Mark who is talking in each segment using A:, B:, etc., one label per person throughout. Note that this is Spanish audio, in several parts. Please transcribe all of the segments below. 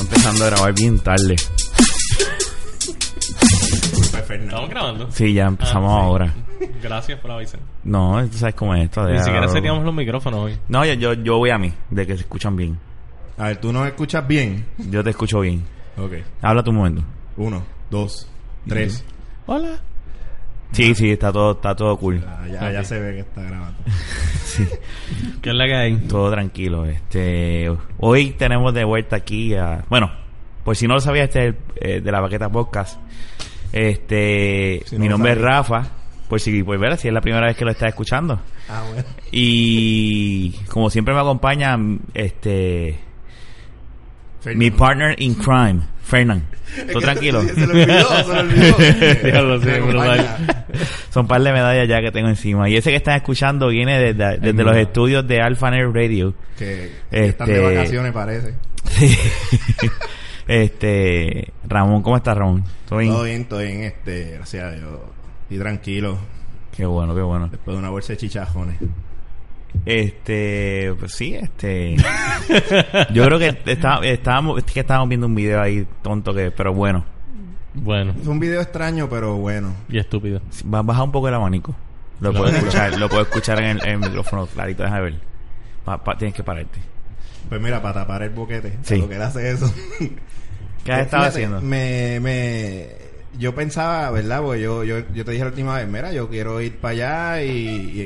A: empezando a grabar bien tarde.
B: Estamos grabando.
A: Sí, ya empezamos
B: Ah, sí.
A: ahora.
B: Gracias por avisar.
A: No, tú sabes cómo es esto.
B: Ni
A: ya-
B: siquiera seríamos los micrófonos hoy.
A: No, yo, yo, yo voy a mí, de que se escuchan bien.
C: A ver, ¿tú nos escuchas bien?
A: Yo te escucho bien.
C: Ok.
A: Habla tu momento.
C: Uno, dos, tres.
B: Hola.
A: Sí,
B: Ah.
A: sí, está todo, está todo cool.
C: Allá,
B: Ok.
C: allá Ah, se ve que está grabando.
B: ¿Qué es la que hay?
A: Todo tranquilo. Este, hoy tenemos de vuelta aquí a, bueno, por si no lo sabías, este es el, eh, de la Baqueta Podcast. Este,
C: Si no
A: mi
C: lo
A: nombre es
C: sabía.
A: Rafa. Por si, pues, ver, si es la primera vez que lo estás escuchando.
C: Ah, bueno.
A: Y como siempre me acompaña este mi partner in crime, Fernand. Tú tranquilo.
C: Se, lo olvidó, se lo olvidó.
B: Diablo, sí,
C: Me
B: brutal.
C: acompaña.
A: Son un par de medallas ya que tengo encima. Y ese que están escuchando viene desde, desde los estudios de Alpha Nerd Radio.
C: Que, que
A: Este-
C: están de vacaciones, parece.
A: este Ramón, ¿cómo estás, Ramón? ¿Todo bien?
C: Todo bien, todo bien. Este, gracias a Dios. Y tranquilo.
A: Qué bueno, qué bueno.
C: Después de una bolsa de chichajones.
A: Este, pues sí, este. Yo creo que está- estábamos, es que estábamos viendo un video ahí tonto que, pero bueno.
B: Bueno,
C: Es un video extraño, pero bueno.
B: y estúpido.
A: Va- Baja un poco el abanico. Lo
B: Lo
A: puedo
B: veo.
A: escuchar, lo puedo escuchar en el, en el micrófono clarito, déjame ver. Pa- pa- tienes que pararte.
C: Pues mira, para tapar el boquete.
A: Sí.
C: Lo que él hace eso.
A: ¿Qué has estado
C: Fíjate,
A: haciendo?
C: Me, me, yo pensaba, ¿verdad? Porque yo, yo, yo te dije la última vez, mira, yo quiero ir para allá y, y-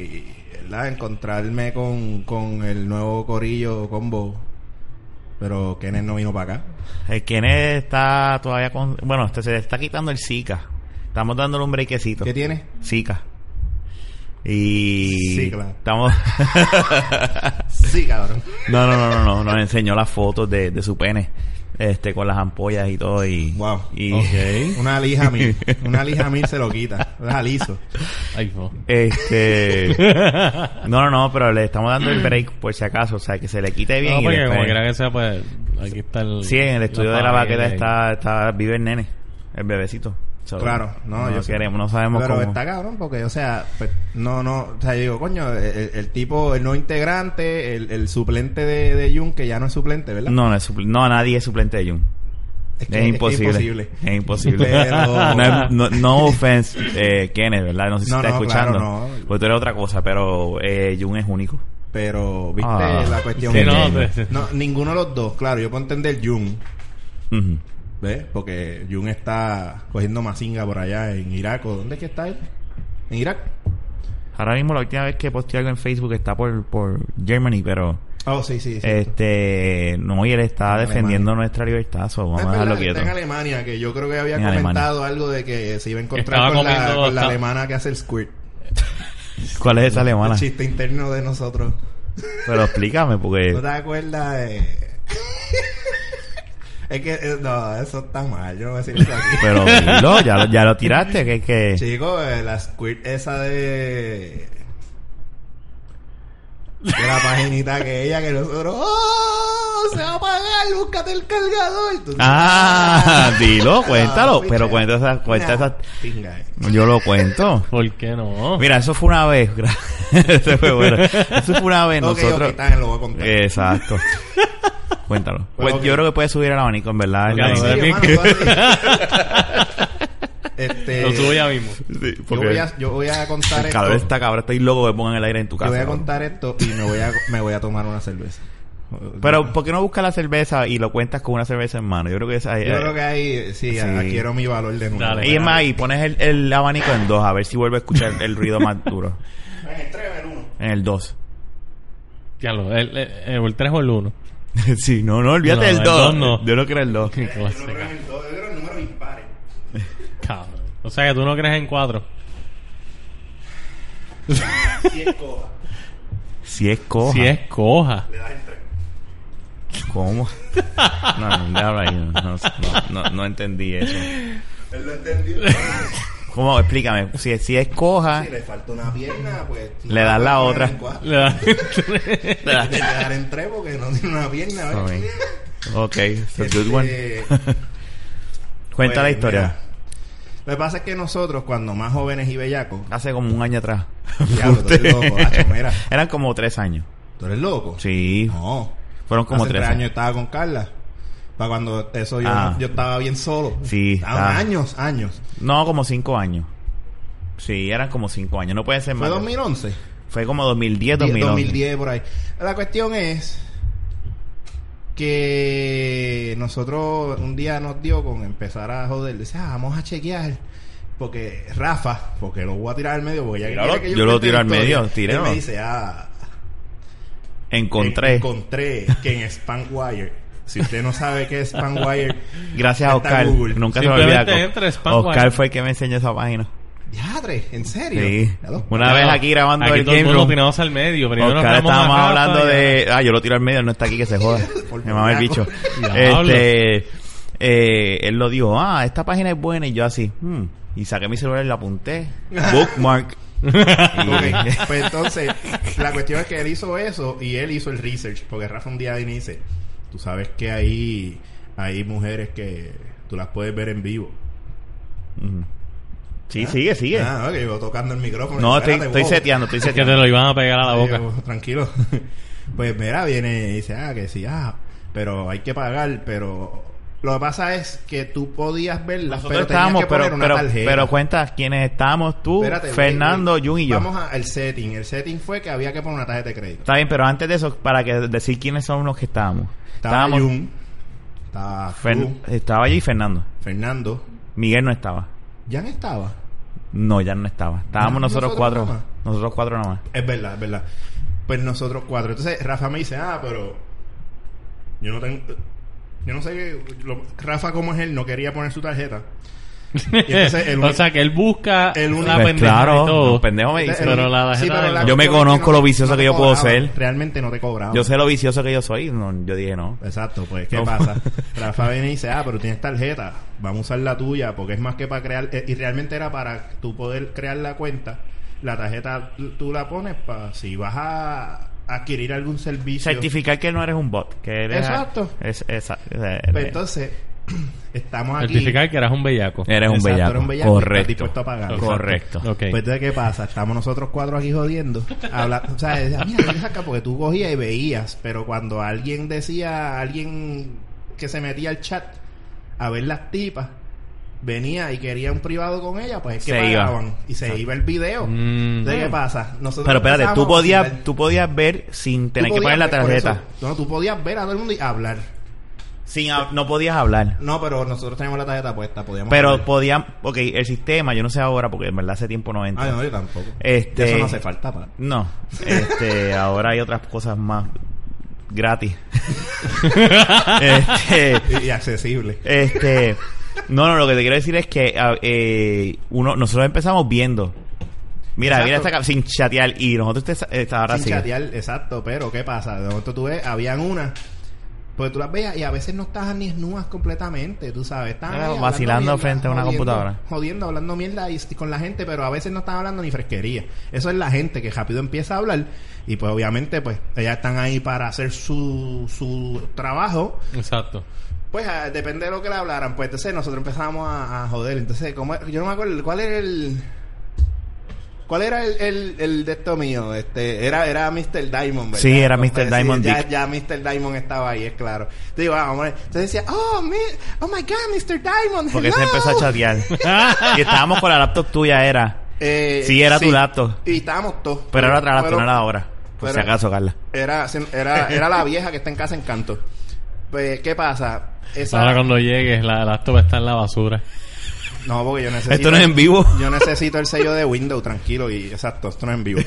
C: y, ¿verdad? Encontrarme con, con el nuevo corillo combo. Pero Kenneth no vino para acá.
A: Eh, ¿Quién es- está todavía con.? Bueno, este se le está quitando el Zika. Estamos dándole un brequecito.
C: ¿Qué tiene?
A: Zika. Y.
C: Zika.
A: Estamos.
C: Sí, cabrón.
A: No, no, no, no, no. Nos enseñó las fotos de, de su pene. Este, con las ampollas y todo. Y,
C: Wow.
A: y-
B: Ok.
C: Una lija mil. Una lija mil se lo quita. Deja liso.
B: Ay, fo.
A: Este. No, no, no, pero le estamos dando el break por si acaso. O sea, que se le quite bien.
B: No,
A: y
B: porque como
A: después-
B: quiera que sea, pues aquí está el.
A: Sí, en el estudio de la
B: familia
A: vaqueta
B: y-
A: está, está vive el nene, el bebecito. So,
C: Claro, no, yo sé.
A: queremos, no sabemos
C: Pero
A: cómo.
C: está cabrón porque, o sea, pues, no, no, o sea, yo digo, coño, el, el- el tipo, el no integrante, el, el suplente de, de Jun, que ya no es suplente, ¿verdad?
A: No, no, es supl- no, nadie es suplente de Jun.
C: Es
A: Es, imposible.
C: Es
A: Es
C: imposible.
A: imposible.
C: Pero-
A: No, es- no, no offense, eh, Kenneth, ¿verdad? No sé si
C: No,
A: está
C: no,
A: escuchando.
C: claro, no.
A: Porque tú eres otra cosa, pero eh, Jun es único.
C: Pero, viste,
A: Ah.
C: la cuestión
B: Sí,
C: es
B: no, pues.
C: que-
B: te-
C: no, ninguno de los dos, claro, yo puedo entender Jun,
A: Ujú.
C: ¿ves? Porque Jun está cogiendo mazinga por allá en Irak, ¿o dónde es que está él? En Irak.
A: Ahora mismo la última vez que posteé algo en Facebook está por, por Germany, pero
C: Oh, sí, sí, sí.
A: este no, y él está
C: En
A: defendiendo nuestra libertad, so vamos
C: Es
A: a dejarlo
C: verdad, está
A: quieto.
C: en Alemania, que yo creo que había
A: En
C: comentado algo de que se iba a encontrar
B: Estaba
C: con la,
B: comiendo-
C: con la
B: estaba-
C: alemana que hace el squirt.
A: ¿Cuál es esa alemana?
C: El chiste interno de nosotros.
A: Pero explícame, porque...
C: ¿No te acuerdas de...? es que... eh, No, eso está mal. Yo no voy a decir eso aquí.
A: Pero dilo, ya, lo- ya lo tiraste, que es que...
C: Chico, eh, la squirt esa de... De la paginita que ella, que nosotros... ¡Oh! ¡Se va a apagar! ¡Búscate el cargador! Tú-
A: Ah, dilo,
C: Ah,
A: cuéntalo, pero
C: piche.
A: cuenta esa- cuenta
C: Nah,
A: esa-
C: pinga, eh.
A: Yo lo cuento.
B: ¿Por qué no?
A: Mira, eso fue una vez. gra- eso fue bueno. Eso fue una vez
C: Ok, ok,
A: nosotros... eh,
C: está bien, lo voy a contar.
A: Exacto. Cuéntalo. Pues,
C: Ok.
A: Yo creo que puedes subir al abanico, en verdad.
B: Ya,
A: es
C: Sí,
A: la-
B: no,
C: hermano,
B: Nick.
C: tú así. este,
B: Lo
A: eh,
B: subo ya mismo.
A: Sí,
C: yo,
A: porque
C: voy a, yo voy a contar
A: el
C: esto.
A: calor está cabrón. Estoy loco que pongan el aire en tu
C: Yo
A: casa.
C: voy a
A: ¿no?
C: contar esto y me voy a, me voy a tomar una cerveza.
A: Pero, ¿por qué no buscas la cerveza y lo cuentas con una cerveza en mano? Yo creo que esa...
C: yo creo que ahí sí,
A: Eh, Sí.
C: adquiero mi valor de nuevo.
B: Dale.
A: Y es más, y pones el, el abanico en dos, a ver si vuelve a escuchar el ruido más duro.
C: En el 3 el 1.
A: En el 2.
B: Ya lo, el, el, el, 3 o el 1.
A: sí, no, no, olvídate
B: No,
A: del
B: el
A: 2.
B: dos no.
A: Yo no creo el 2.
B: Qué
C: Yo creo en
B: clase,
C: el 2, yo creo en números impares.
B: cabrón. O sea que tú no crees en 4.
C: Si es coja,
A: Si es coja.
B: Si es coja.
C: le das el 3.
A: ¿Cómo? No, no, déjalo ahí. No, no, no, no entendí eso.
C: Él lo entendió. Si
A: ¿Cómo? Explícame. Si, si es coja,
C: le falta una pierna, pues. si
A: Le
C: no,
A: das la
C: pues,
A: otra.
C: en cuatro.
B: Le da-
A: le das-
C: Le dar en 3 porque no tiene una pierna. ¿ves?
A: Ok. Ok, it's a good one.
C: Este,
A: Cuenta la
C: pues,
A: historia.
C: mira, Lo que pasa es que nosotros, cuando más jóvenes y bellacos,
A: Hace como un año atrás.
C: Diablo, tú eres loco, hacho, mira.
A: Eran como tres años.
C: ¿tú eres loco?
A: Sí,
C: No.
A: fueron como
C: Hace
A: tres
C: tres años
A: años.
C: estaba con Carla. Para cuando eso yo,
A: Ah.
C: yo estaba bien solo.
A: Sí,
C: Estaban
A: ah.
C: Años, años.
A: No, como cinco años. Sí, eran como cinco años. No puede ser
C: Fue
A: más.
C: 2011.
A: Fue como 2010,
C: 2010,
A: 2011.
C: por ahí. La cuestión es que nosotros un día nos dio con empezar a joder. Dice, ah, vamos a chequear. Porque Rafa, porque lo voy a tirar al medio. Porque ya
A: Tíralo.
C: quiere que
A: Yo lo
C: cuente
A: tiro
C: la
A: al
C: historia.
A: medio, tíralo.
C: Él me dice, ah,
A: Encontré.
C: encontré que en Spamwire. Si usted no sabe qué es Spamwire,
A: Gracias a
C: Está
A: Oscar.
C: Google.
A: Nunca se me
B: Simplemente
A: olvida. co-
B: entra a Spam
A: Oscar
B: Wire.
A: fue el que me enseñó esa página.
C: diadre, en serio.
A: Sí.
C: Ya lo-
A: Una vez aquí grabando
B: Aquí
A: el
B: todo el
A: game
B: mundo
A: room.
B: opinamos al medio. Primero
A: Oscar,
B: hablamos
A: estábamos
B: a Rafa
A: hablando
B: y-
A: de. Ah, yo lo tiro al medio, él no está aquí, que se joda.
C: Por
A: Me mama el bicho.
B: Diablo.
A: este. eh, él lo dijo, ah, esta página es buena. Y yo así, hmm. Y saqué mi celular y la apunté. Bookmark. Ah,
C: Ok,
A: Y-
C: Pues entonces, la cuestión es que él hizo eso y él hizo el research. Porque Rafa un día viene y dice: Tú sabes que hay, hay mujeres que tú las puedes ver en vivo.
A: Ujú. sí, sigue, sigue.
C: Ah, ok, yo tocando el micrófono.
A: no, estoy,
C: Espérate,
A: estoy
C: wow.
A: seteando, estoy
B: Que
A: seteando.
B: te lo iban a pegar a la
C: Ay,
B: boca.
C: yo, tranquilo. pues mira, viene y dice: Ah, que sí, ah, pero hay que pagar. Pero lo que pasa es que tú podías verlas,
A: Nosotros
C: pero tenías
A: estábamos,
C: que poner
A: pero,
C: una
A: pero,
C: tarjeta.
A: pero cuenta quiénes estábamos, tú,
C: Espérate, güey,
A: Fernando,
C: güey.
A: Jun y yo.
C: Vamos a- al setting. El setting fue que había que poner una tarjeta de crédito.
A: Está bien, pero antes de eso, para que decir quiénes son los que estábamos.
C: Estaba
A: estábamos
C: Jun, estaba
A: Fer-
C: Fu,
A: estaba allí Fernando.
C: Fernando.
A: Miguel no estaba.
C: Jan estaba.
A: No, ya no estaba. Estábamos
C: Ah,
A: nosotros,
C: nosotros
A: cuatro.
C: nada más.
A: Nosotros cuatro nada más.
C: Es verdad, es verdad. Pues nosotros cuatro. Entonces Rafa me dice, ah, pero yo no tengo... Yo no sé qué... lo- Rafa, como es él, no quería poner su tarjeta. Y entonces el
B: Eh, o sea, que él busca
C: el único-
B: la
A: Pues
B: pendeja
A: claro,
B: y todo.
A: los pendejos me
C: Entonces,
A: dicen.
B: pero la tarjeta de-
A: Yo me
C: cuestión es
A: conozco
C: que
A: lo vicioso
C: te
A: que yo puedo
C: cobraba.
A: ser.
C: Realmente no te cobraba.
A: Yo sé lo vicioso que yo soy. No, yo dije no.
C: Exacto, pues, ¿qué
A: No.
C: pasa? Rafa viene y dice, ah, pero tienes tarjeta, vamos a usar la tuya, porque es más que para crear, eh, y realmente era para tú poder crear la cuenta, la tarjeta tú- tú la pones para si vas a adquirir algún servicio.
A: Certificar que no eres un bot. Que eres,
C: Exacto.
A: Es, esa- eh,
C: Pues, entonces, estamos aquí.
B: Certificar que eras un bellaco.
A: eres un
C: Exacto,
A: bellaco.
C: eres un bellaco y estás
A: Correcto.
C: dispuesto a pagar.
A: Correcto.
B: Ok.
C: Pues entonces, ¿qué pasa? Estamos nosotros cuatro aquí jodiendo. Habla, o sea, decía, mira, ven acá porque tú cogías y veías, pero cuando alguien decía, alguien que se metía al chat a ver las tipas, venía y quería un privado con ella, pues es que
A: Se iba.
C: pagaban y se iba el video.
B: Mm.
C: Entonces, ¿qué pasa? Nosotros
A: Pero espérate,
C: empezamos
A: tú
C: a
A: podías,
C: vacilar.
A: tú podías ver sin tener
C: Tú
A: que poner
C: podías
A: la
C: ver, por eso,
A: tarjeta.
C: no, tú podías ver a todo el mundo y hablar.
A: Sin, hab- no podías hablar.
C: No, pero nosotros teníamos la tarjeta puesta, podíamos
A: Pero
C: hablar.
A: podían, ok, el sistema, yo no sé ahora porque en verdad hace tiempo no entro.
C: Ah, no, yo tampoco.
A: Este-
C: Eso no hace falta, pa.
A: No, este, ahora hay otras cosas más gratis. este,
C: Y, y accesible.
A: este, no, no, lo que te quiero decir es que a- eh, uno, nosotros empezamos viendo. Mira,
C: Exacto.
A: mira esta ca- sin chatear y nosotros te, sa- eh, ahora
C: sin
A: sí.
C: chatear, exacto, pero ¿qué pasa? De momento tú ves, habían unas, pues tú las veías y a veces no estaban ni desnudas completamente, tú sabes, estaban
A: Era
C: ahí hablando
A: vacilando frente a una computadora.
C: Jodiendo, hablando mierda y, y con la gente, pero a veces no están hablando ni fresquería. Eso es la gente que rápido empieza a hablar y pues obviamente pues ellas están ahí para hacer su, su trabajo
B: Exacto.
C: pues ah, depende de lo que le hablaran. Pues entonces nosotros empezamos a, a joder. Entonces, ¿cómo era? yo no me acuerdo cuál era el. ¿Cuál era el, el, el de esto mío? Este, era, era Mr. Diamond, ¿verdad?
A: Sí, era Mr.
C: Entonces,
A: Diamond
C: Ya,
A: Dick.
C: ya Mr. Diamond estaba ahí, es claro. Entonces, digo, ah, vamos a ver. Entonces decía, oh, mi, oh my God, Mr. Diamond,
A: Porque
C: hello.
A: se empezó a chatear. y estábamos con la laptop tuya, era.
C: Eh,
A: Sí, era tu laptop.
C: Y estábamos todos.
A: Pero era otra laptop,
C: Pero-
A: no era ahora. Por si
C: pero-
A: acaso, Carla.
C: Era, era, era la vieja que está en casa en canto. Pues, ¿qué pasa? Esa...
B: Ahora cuando llegues, la laptop está en la basura.
C: No, porque yo necesito...
A: Esto no es en vivo.
C: Yo necesito el sello de Windows, tranquilo, y exacto, esto no es en vivo.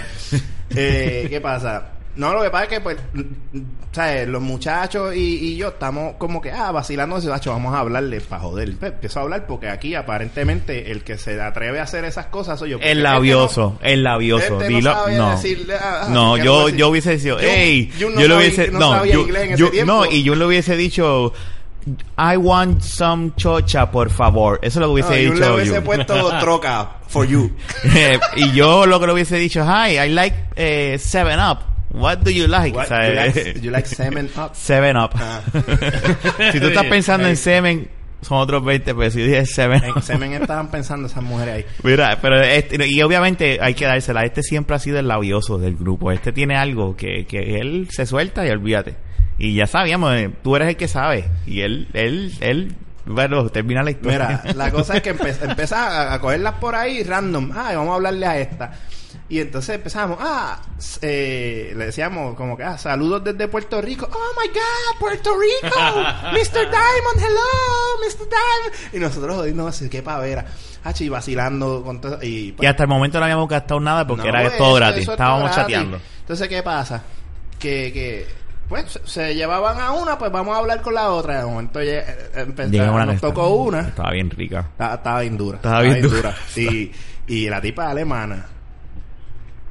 C: Eh, ¿Qué pasa? No, lo que pasa es que, pues, mm, mm, ¿sabes? Los muchachos y, y yo estamos como que, ah, vacilando, muchachos, vamos a hablarle para joder. Pues, empiezo a hablar porque aquí, aparentemente, el que se atreve a hacer esas cosas soy yo. Porque
A: El
C: este no-
A: labioso, el labioso.
C: este no
A: Dilo,
C: sabe
A: no.
C: decirle, ah, ah,
A: no,
C: ¿qué le voy a
A: yo,
C: decir?
A: yo hubiese dicho,
C: Yo-
A: hey,
C: yo
A: yo,
C: no
A: le
C: sabía-
A: hubiese,
C: no
A: no,
C: sabía
A: yo-
C: inglés en ese
A: yo-
C: tiempo.
A: no, y yo le hubiese dicho, I want some chocha, por favor. Eso es lo que
C: No,
A: hubiese
C: yo le
A: dicho.
C: hubiese
A: yo.
C: puesto troca for you.
A: Eh, y yo lo que le hubiese dicho, hi, I like eh, Seven Up. What do you like?
C: What?
A: O sea,
C: you, like, you like semen up?
A: Seven Up.
C: Ah.
A: si tú estás pensando en semen, son otros 20 pesos. Yo dije Seven
C: En
A: Up.
C: semen estaban pensando esas mujeres ahí.
A: Mira, pero este, y obviamente hay que dársela. Este siempre ha sido el labioso del grupo. Este tiene algo que, que él se suelta y olvídate. Y ya sabíamos, eh, tú eres el que sabe. Y él, él, él, bueno, termina la historia.
C: Mira, la cosa es que empe- empiezas a, a cogerlas por ahí random. Ah, vamos a hablarle a esta. Y entonces empezamos, ah, s- eh, le decíamos como que, ah, saludos desde Puerto Rico. Oh my God, Puerto Rico, Mr. Diamond, hello, Mr. Diamond. Y nosotros jodiendo así, qué pavera. Ah, chi, vacilando con todo. Y,
A: y hasta el momento no habíamos gastado nada porque era
C: pues,
A: todo
C: eso-
A: gratis.
C: eso es todo
A: Estábamos
C: gratis.
A: chateando.
C: Entonces, ¿qué pasa? Que, que pues, se- se llevaban a una, pues vamos a hablar con la otra. De momento ya, eh, empe-
A: Llegamos a la
C: nos
A: fiesta.
C: tocó una.
A: Estaba bien rica.
C: Ta- Estaba bien dura.
A: Estaba bien dura.
C: Y, y la tipa alemana.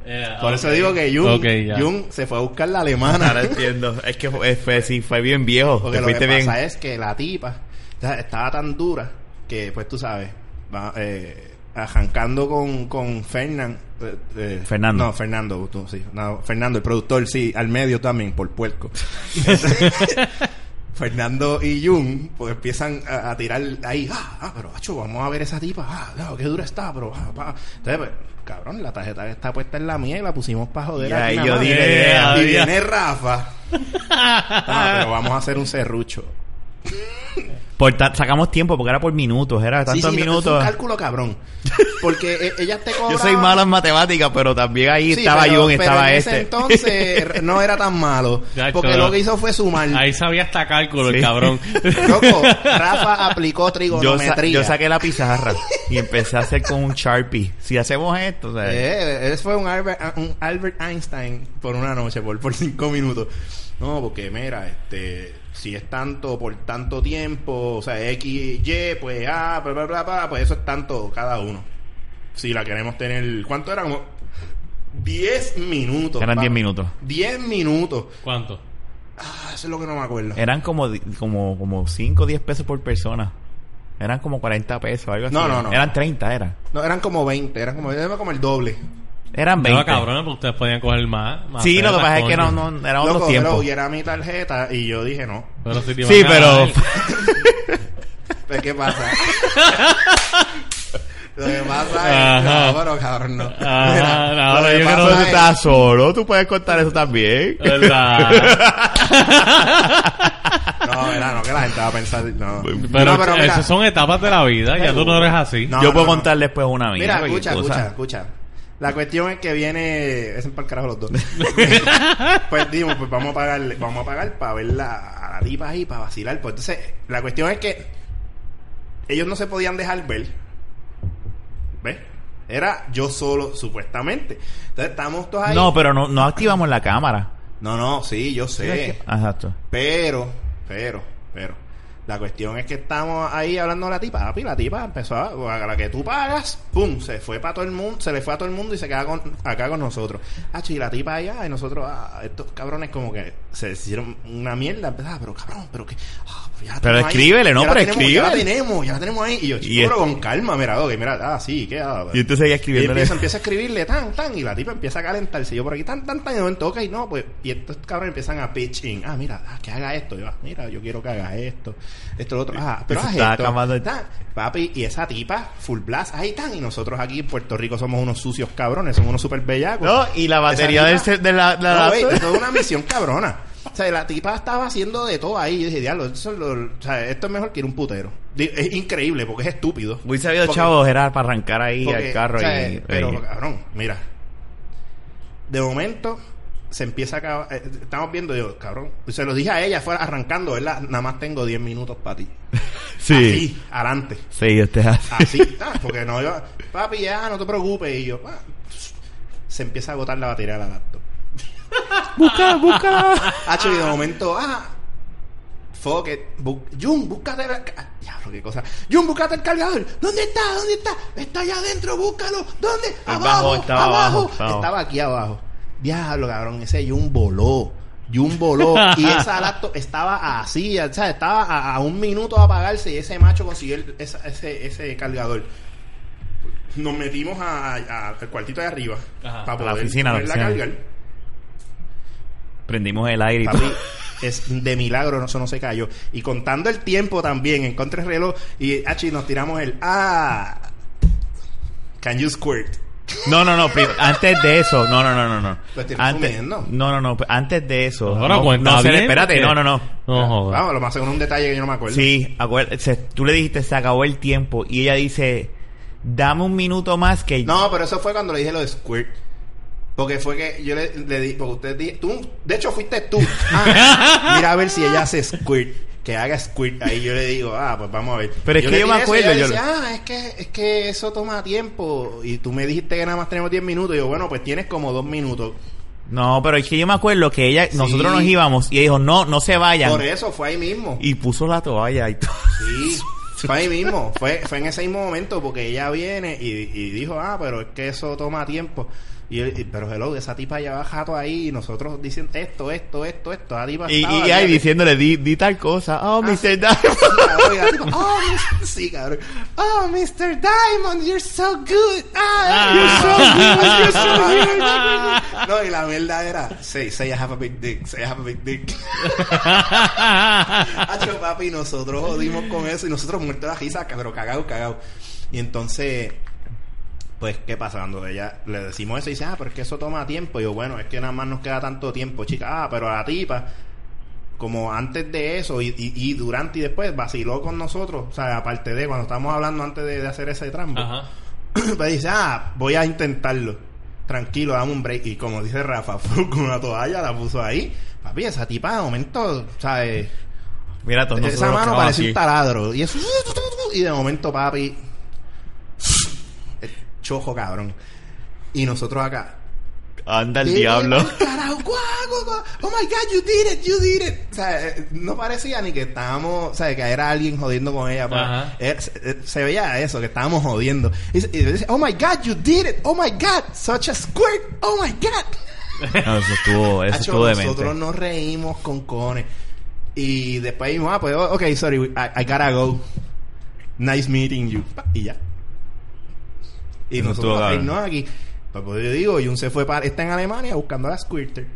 B: Eh,
C: Por
B: ok.
C: eso digo que Jung,
B: Ok, ya.
C: Jung se fue a buscar la alemana.
A: Ahora entiendo. Es que fue, fue- sí, fue bien viejo.
C: Porque
A: Te
C: lo que
A: fuiste bien.
C: pasa es que la tipa o sea, estaba tan dura que, pues tú sabes, va, eh, arrancando con, con Fernan- eh, eh,
A: Fernando.
C: No, Fernando, tú, sí, no, Fernando, el productor, sí, al medio también, por puerco. Fernando y Jun pues empiezan a, a tirar ahí, ah, ah, pero acho, vamos a ver esa tipa, ah, no, qué dura está, pero ah, pa". Entonces, pues, cabrón, la tarjeta que está puesta en la mía y la pusimos para joder.
A: Y
C: aquí
A: ahí
C: nada
A: yo
C: más. Eh,
A: dije,
B: Yeah,
C: y
B: yeah.
C: viene Rafa. Ah, pero vamos a hacer un serrucho.
A: Por ta- sacamos tiempo porque era por minutos. Era tantos
C: Sí, sí, no, fue
A: minutos.
C: un cálculo cabrón. Porque eh, ellas te cobraban...
A: Yo soy malo en matemáticas, pero también ahí
C: Sí,
A: estaba
C: pero-
A: Jun,
C: pero
A: estaba
C: en ese
A: este.
C: entonces eh, no era tan malo.
B: Ya,
C: Porque
B: chaval.
C: lo que hizo fue sumar.
B: Ahí sabía hasta cálculo
A: Sí.
B: el cabrón.
C: Loco, Rafa aplicó
A: yo, sa-
C: trigonometría.
A: yo saqué la pizarra y empecé a hacer con un Sharpie. Si hacemos esto, o sea,
C: Eh, ese fue un Albert, un Albert Einstein por una noche, por, por cinco minutos. No, porque mira, este, si es tanto por tanto tiempo, o sea, X, Y, pues A, bla, bla, bla, bla, pues eso es tanto cada uno. Si la queremos tener, ¿cuánto era? Como 10 minutos.
A: eran
C: pa-
A: 10 minutos.
C: 10 minutos.
B: ¿Cuánto?
C: Ah, eso es lo que no me acuerdo.
A: Eran como, di- como, como 5 o 10 pesos por persona. Eran como 40 pesos, algo así.
C: No, no, no.
A: Eran 30, era.
C: No, eran como 20, eran como, era como el doble.
A: Eran 20.
B: No, cabrón, porque ustedes podían coger más. más
A: sí, lo que
B: tetas,
A: pasa es que
B: coño.
A: no, no, eran otros
C: Loco,
A: tiempos.
C: pero, y era mi tarjeta y yo dije no.
B: Pero si te
A: Sí,
B: iban a
A: pero
B: dar-
C: Pues, ¿Qué pasa? Lo que pasa es...
B: Ajá.
C: No, pero cabrón, no.
B: Ajá,
C: Mira,
B: no,
C: lo
B: pero
C: que
B: yo
A: Pero
B: creo
C: pasa
A: tú
C: es-
A: estás solo, tú puedes contar eso también.
B: ¿Verdad?
C: No, mira, no, que la gente va a pensar... No,
B: Pero,
C: no, pero mira,
B: esas son etapas de la vida, ya tú no eres así.
C: No,
A: Yo puedo
C: no.
A: contar después una mía.
C: mira,
A: cualquier
C: escucha,
A: cosa.
C: escucha, escucha. La cuestión es que viene... Es para el carajo los dos. pues dimos, pues vamos a pagar, vamos a pagar para verla a la tipa ahí, para vacilar. Pues entonces, la cuestión es que ellos no se podían dejar ver. ¿Ves? Era yo solo, supuestamente. Entonces, estamos todos ahí.
A: No, pero no, no activamos la cámara. Ah,
C: No, no, sí, yo sé.
A: Exacto.
C: Pero, pero, pero. La cuestión es que estamos ahí hablando de la tipa. Papi, la tipa empezó a, a la que tú pagas, pum, se fue para todo el mundo, se le fue a todo el mundo y se queda con, acá con nosotros. Ah, y la tipa allá y nosotros, ah, estos cabrones como que se hicieron una mierda. Empezaba, pero cabrón, pero que. ah, pues ya
A: Pero
C: la tenemos ahí,
A: escríbele, ¿no?
C: ya la
A: Pero
C: tenemos, Ya la
A: escríbele.
C: tenemos, ya la tenemos ahí. Y yo, chico,
A: es-
C: pero con calma, mira, ok, mira, ah, sí, queda.
A: Y entonces ella
C: Y
A: escribiéndole.
C: empieza, empieza a escribirle tan, tan, y la tipa empieza a calentarse. Yo por aquí tan, tan, tan, y de momento, ok, no, pues, y estos cabrones empiezan a pitch in. Ah, mira, ah, que haga esto. Yo, ah, mira, yo quiero que haga esto. Esto, lo otro. Ah, pero
A: Se
C: haz
A: está
C: esto.
A: acabando el-
C: Tan. Papi, y esa tipa, full blast, ahí tan. Y nosotros aquí en Puerto Rico somos unos sucios cabrones, somos unos super bellacos.
A: No, y la batería
C: Esa
A: del
C: tipa-
A: ce- de la, la
C: No, güey,
A: laptop.
C: esto es una misión cabrona. O sea, la tipa estaba haciendo de todo ahí. Yo dije, diablo, eso es lo- o sea, esto es mejor que ir a un putero. Di- Es increíble porque es estúpido.
A: Muy sabido,
C: Porque-
A: chavos, era para arrancar ahí
C: porque,
A: al carro
C: o sea,
A: y. eh,
C: Pero,
A: y-
C: cabrón, mira. De momento, se empieza a acabar- eh, Estamos viendo, yo, cabrón. Se lo dije a ella, fuera arrancando, ¿verdad? Nada más tengo 10 minutos para ti.
A: sí.
C: Así, adelante.
A: Sí, yo te
C: Así, ah, porque no yo, Papi, ya, no te preocupes. Y yo, ah, se empieza a agotar la batería de la laptop.
A: Busca, busca.
C: Hacho, y de momento, ah, fuck it. Bu- Jun, búscate el. ca- Diablo, qué cosa. Jun, búscate el cargador. ¿Dónde está? ¿Dónde está? Está allá adentro, búscalo. ¿Dónde?
A: bajo,
C: Abajo,
A: estaba
C: abajo.
A: abajo, estaba abajo.
C: Estaba aquí abajo. Diablo, cabrón, ese Jun voló. Jun voló y esa laptop estaba así, o sea, estaba a, a un minuto de apagarse y ese macho consiguió el- esa- ese, ese cargador. Nos metimos a- a- al cuartito de arriba
B: Ajá,
C: para
A: a la
C: poder
A: oficina, a la
C: ponerla a
A: oficina.
C: cargar.
A: Prendimos el aire y.
C: Papi, es de milagro, no, eso no se cayó. Y contando el tiempo también, encontré el reloj y, achi, nos tiramos el. ¡Ah! Can you squirt?
A: No, no, no. pri- Antes de eso. No, no, no, no. no.
C: Lo estoy
A: Antes,
C: resumiendo.
A: no, no, no. Antes de eso.
B: Ahora
A: no,
B: cuenta
A: no, se-
B: bien,
A: espérate.
B: porque-
A: No, no, no.
B: No jodas.
C: Vamos, lo más seguro es un detalle que yo no me acuerdo.
A: Oh, Sí, acuer- se- tú le dijiste, se acabó el tiempo. Y ella dice, dame un minuto más que...
C: No, pero eso fue cuando le dije lo de Squirt. Porque fue que yo le, le di, porque usted dije, tú, de hecho fuiste tú. Ah, mira a ver si ella hace Squirt, que haga Squirt. Ahí yo le digo, ah, pues vamos a ver.
A: Pero es que
C: le
A: yo
C: dije
A: me
C: eso y ella
A: acuerdo, yo
C: dice, ah, es que, es que eso toma tiempo. Y tú me dijiste que nada más tenemos 10 minutos. Y yo, bueno, pues tienes como 2 minutos.
A: No, pero es que yo me acuerdo que ella... Nosotros nos íbamos y ella dijo, no, no se vayan.
C: Por eso fue ahí mismo.
A: Y puso la toalla y todo.
C: Sí, fue ahí mismo, fue, fue en ese mismo momento porque ella viene y, y dijo, ah, pero es que eso toma tiempo. Y, yo- y- pero hello, esa tipa lleva jato ahí y nosotros dicen esto, esto, esto, esto, la tipa
A: Y,
C: estaba, Ah.
A: y ahí
C: fíjate.
A: diciéndole, di, di tal cosa. Oh, Mr. Diamond.
C: Sí, cabrón, y la tipa, oh, Mr. sí, cabrón. Oh, Mr. Diamond, you're so good. Ah, you're so good. You're so good. No, y la verdad era, say, say I have a big dick, say I have a big dick. Hacho, papi, nosotros jodimos con eso y nosotros muertos de la risa, pero cagado, cagado. Y entonces, pues, ¿qué pasa? Cuando ella le decimos eso y dice, ah, pero es que eso toma tiempo. Y yo, bueno, es que nada más nos queda tanto tiempo, chica. Ah, pero a la tipa, como antes de eso y, y- y durante y después, vaciló con nosotros. O sea, aparte de cuando estábamos hablando antes de, de hacer ese trampo.
B: Ajá.
C: pues dice, ah, voy a intentarlo. Tranquilo, dame un break. Y como dice Rafa, fue con una toalla, la puso ahí. Papi, esa tipa de momento, ¿sabes?
A: Mira, todos
C: Eh, Esa
A: nosotros
C: mano
A: quedamos
C: parece un
A: aquí.
C: taladro. Y eso. Y de momento, papi. el Chojo, cabrón. Y nosotros acá. "Eh,
A: Anda el diablo.
C: Carajo, guau, guau, guau. Oh my god, you did it, you did it. O sea, eh, no parecía ni que estábamos, o sea, que era alguien jodiendo con ella. pa.
B: Ajá.
C: Eh, se, eh, se veía eso, que estábamos jodiendo. Y, se- y dice, oh my god, you did it, oh my god, such a squirt, oh my god.
A: No, eso estuvo, eso
C: Hacho,
A: estuvo demente.
C: nosotros nos reímos con cojones. Y después dijimos, ah, pues, ok, sorry, we- I, I gotta go. Nice meeting you. Pa, Y ya. Y
A: Eso estuvo
C: nosotros, ay,
A: cabrón.
C: no, aquí. Pues, pues, yo digo, Jun se fue para, está en Alemania buscando a la Squirter.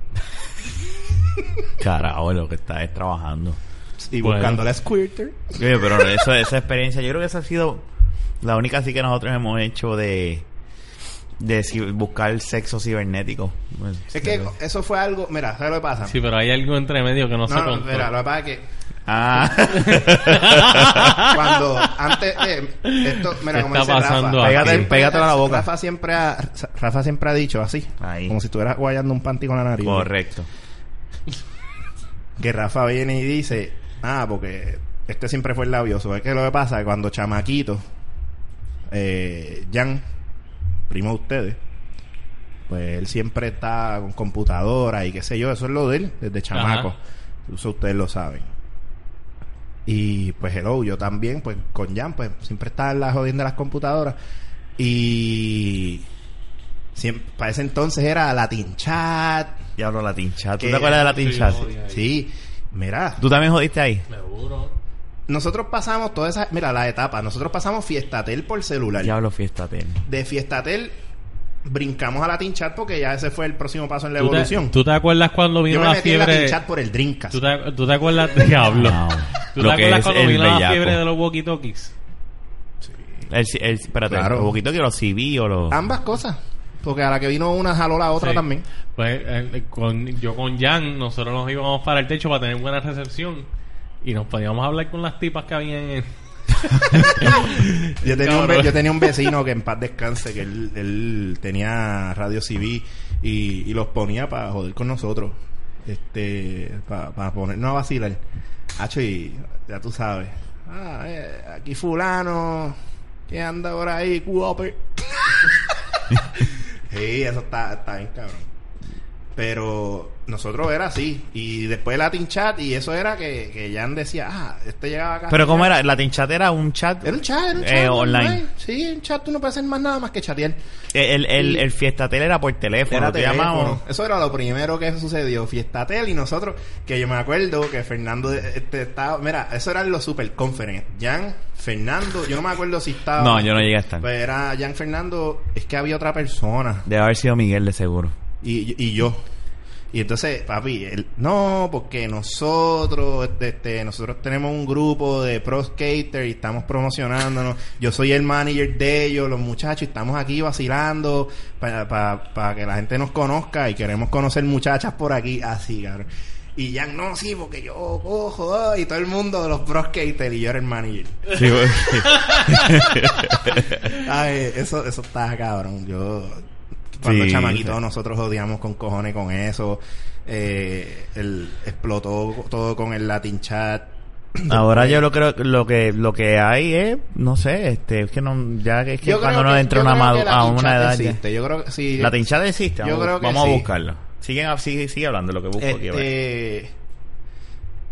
A: Carajo, lo que está es trabajando.
C: Y
B: Bueno.
C: buscando a la Squirter.
A: Oye, pero eso, esa experiencia, yo creo que esa ha sido la única así que nosotros hemos hecho de, de ci- buscar sexo cibernético. Bueno,
C: Es que eso fue algo, mira, ¿sabes lo que pasa?
B: Sí, pero hay algo entre medio que no, se
C: no, no,
B: contó.
C: mira, lo que pasa es que
A: Ah,
C: cuando antes de esto, mira,
B: ¿Qué
C: como
B: está
C: dice Rafa,
B: pasando
A: aquí? Pégate-
C: siempre-
A: pégatelo a la boca.
C: Rafa siempre ha, Rafa siempre ha dicho así,
A: Ahí.
C: como si estuviera guayando un panty con la nariz.
A: correcto.
C: Que Rafa viene y dice, ah, porque este siempre fue el labioso. Es que lo que pasa es que cuando chamaquito, eh, Jan, primo de ustedes, pues él siempre está con computadora y qué sé yo, eso es lo de él, desde chamaco.
B: Ajá.
C: Eso ustedes lo saben. Y pues hello, yo también, pues con Jan, pues siempre estaba en la jodiendo de las computadoras. Y siempre, para ese entonces era Latin Chat.
A: Ya hablo Latin Chat. ¿Tú
C: ¿Qué?
A: te acuerdas de Latin
B: Sí,
A: Chat?
B: odio. Ahí.
C: Sí, mira,
A: ¿Tú también jodiste ahí?
B: Seguro.
C: Nosotros pasamos todas esas, mira, las etapas. Nosotros pasamos Fiestatel por celular.
A: Diablo fiesta, ten.
C: De Fiestatel brincamos a Latin Chat porque ya ese fue el próximo paso en la
B: ¿Tú te,
C: evolución.
B: tú te acuerdas cuando vino
C: Yo me
B: la
C: metí en
B: fiebre?
C: Latin Chat por el Dreamcast.
B: ¿Tú te, tú te acuerdas? Diablo.
A: Wow.
B: ¿Tú
A: Ah, Lo
B: te
A: que
B: acuerdas
A: es
B: cuando
A: el
B: vino la
A: bellaco.
B: fiebre de los walkie-talkies?
A: El, el, espérate,
C: Claro. Ah,
A: un poquito que lo CV o lo...
C: Ambas cosas. Porque a la que vino una jaló la otra
B: Sí.
C: también.
B: Pues eh, con, yo con Jan, nosotros nos íbamos para el techo para tener buena recepción y nos podíamos hablar con las tipas que habían en...
C: Yo tenía, un, ve-
B: Cabrón.
C: yo tenía un vecino que en paz descanse, que él, él tenía radio CV y, y los ponía para joder con nosotros. Este, para ponernos a vacilar. Hacho, y ya tú sabes. Ah, eh, aquí fulano, que anda por ahí, Cooper. sí, eso está, está bien, cabrón. Pero nosotros era así. Y después Latin Chat, y eso era que, que Jan decía, ah, este llegaba acá.
A: Pero ¿cómo era? Latin Chat era un chat...
C: Era un chat, era un
A: Eh,
C: chat.
A: online.
C: Sí, un chat, tú no puedes hacer más nada más que chatear.
A: El, el, el Fiestatel era por teléfono.
C: Era
A: te
C: teléfono.
A: llamamos.
C: Eso era lo primero que sucedió. Fiestatel y nosotros, que yo me acuerdo que Fernando este, estaba. Mira, eso eran los super conference. Jan, Fernando, yo no me acuerdo si estaba.
A: No, yo no llegué hasta.
C: Pero era Jan Fernando, es que había otra persona.
A: Debe haber sido Miguel, de seguro.
C: Y, y yo. Y entonces, papi, él, no, porque nosotros, este, nosotros tenemos un grupo de pro skaters y estamos promocionándonos. Yo soy el manager de ellos, los muchachos, y estamos aquí vacilando para que la gente nos conozca y queremos conocer muchachas por aquí, así, cabrón. Y ya no, sí, porque yo cojo, ah", y todo el mundo, los pro skaters, y yo era el manager.
A: Sí, porque-
C: Ay, eso, eso está cabrón. Yo, cuando
A: Sí,
C: chamaquito,
A: sí.
C: nosotros odiamos con cojones con eso. Eh, el, explotó todo con el Latin chat.
A: Ahora yo lo creo lo que lo que hay es no sé este es que no ya que, es que
C: Yo creo
A: cuando uno
C: que-
A: entra a
C: yo
A: una,
C: creo
A: madu-
C: que Latin
A: a una
C: Chat
A: edad ya-
C: existe. Yo creo que sí.
A: la tinchada existe
C: Yo
A: vamos,
C: creo que
A: vamos
C: sí.
A: a buscarlo siguen sigue, sigue hablando lo que busco aquí a ver.
C: Este, Eh,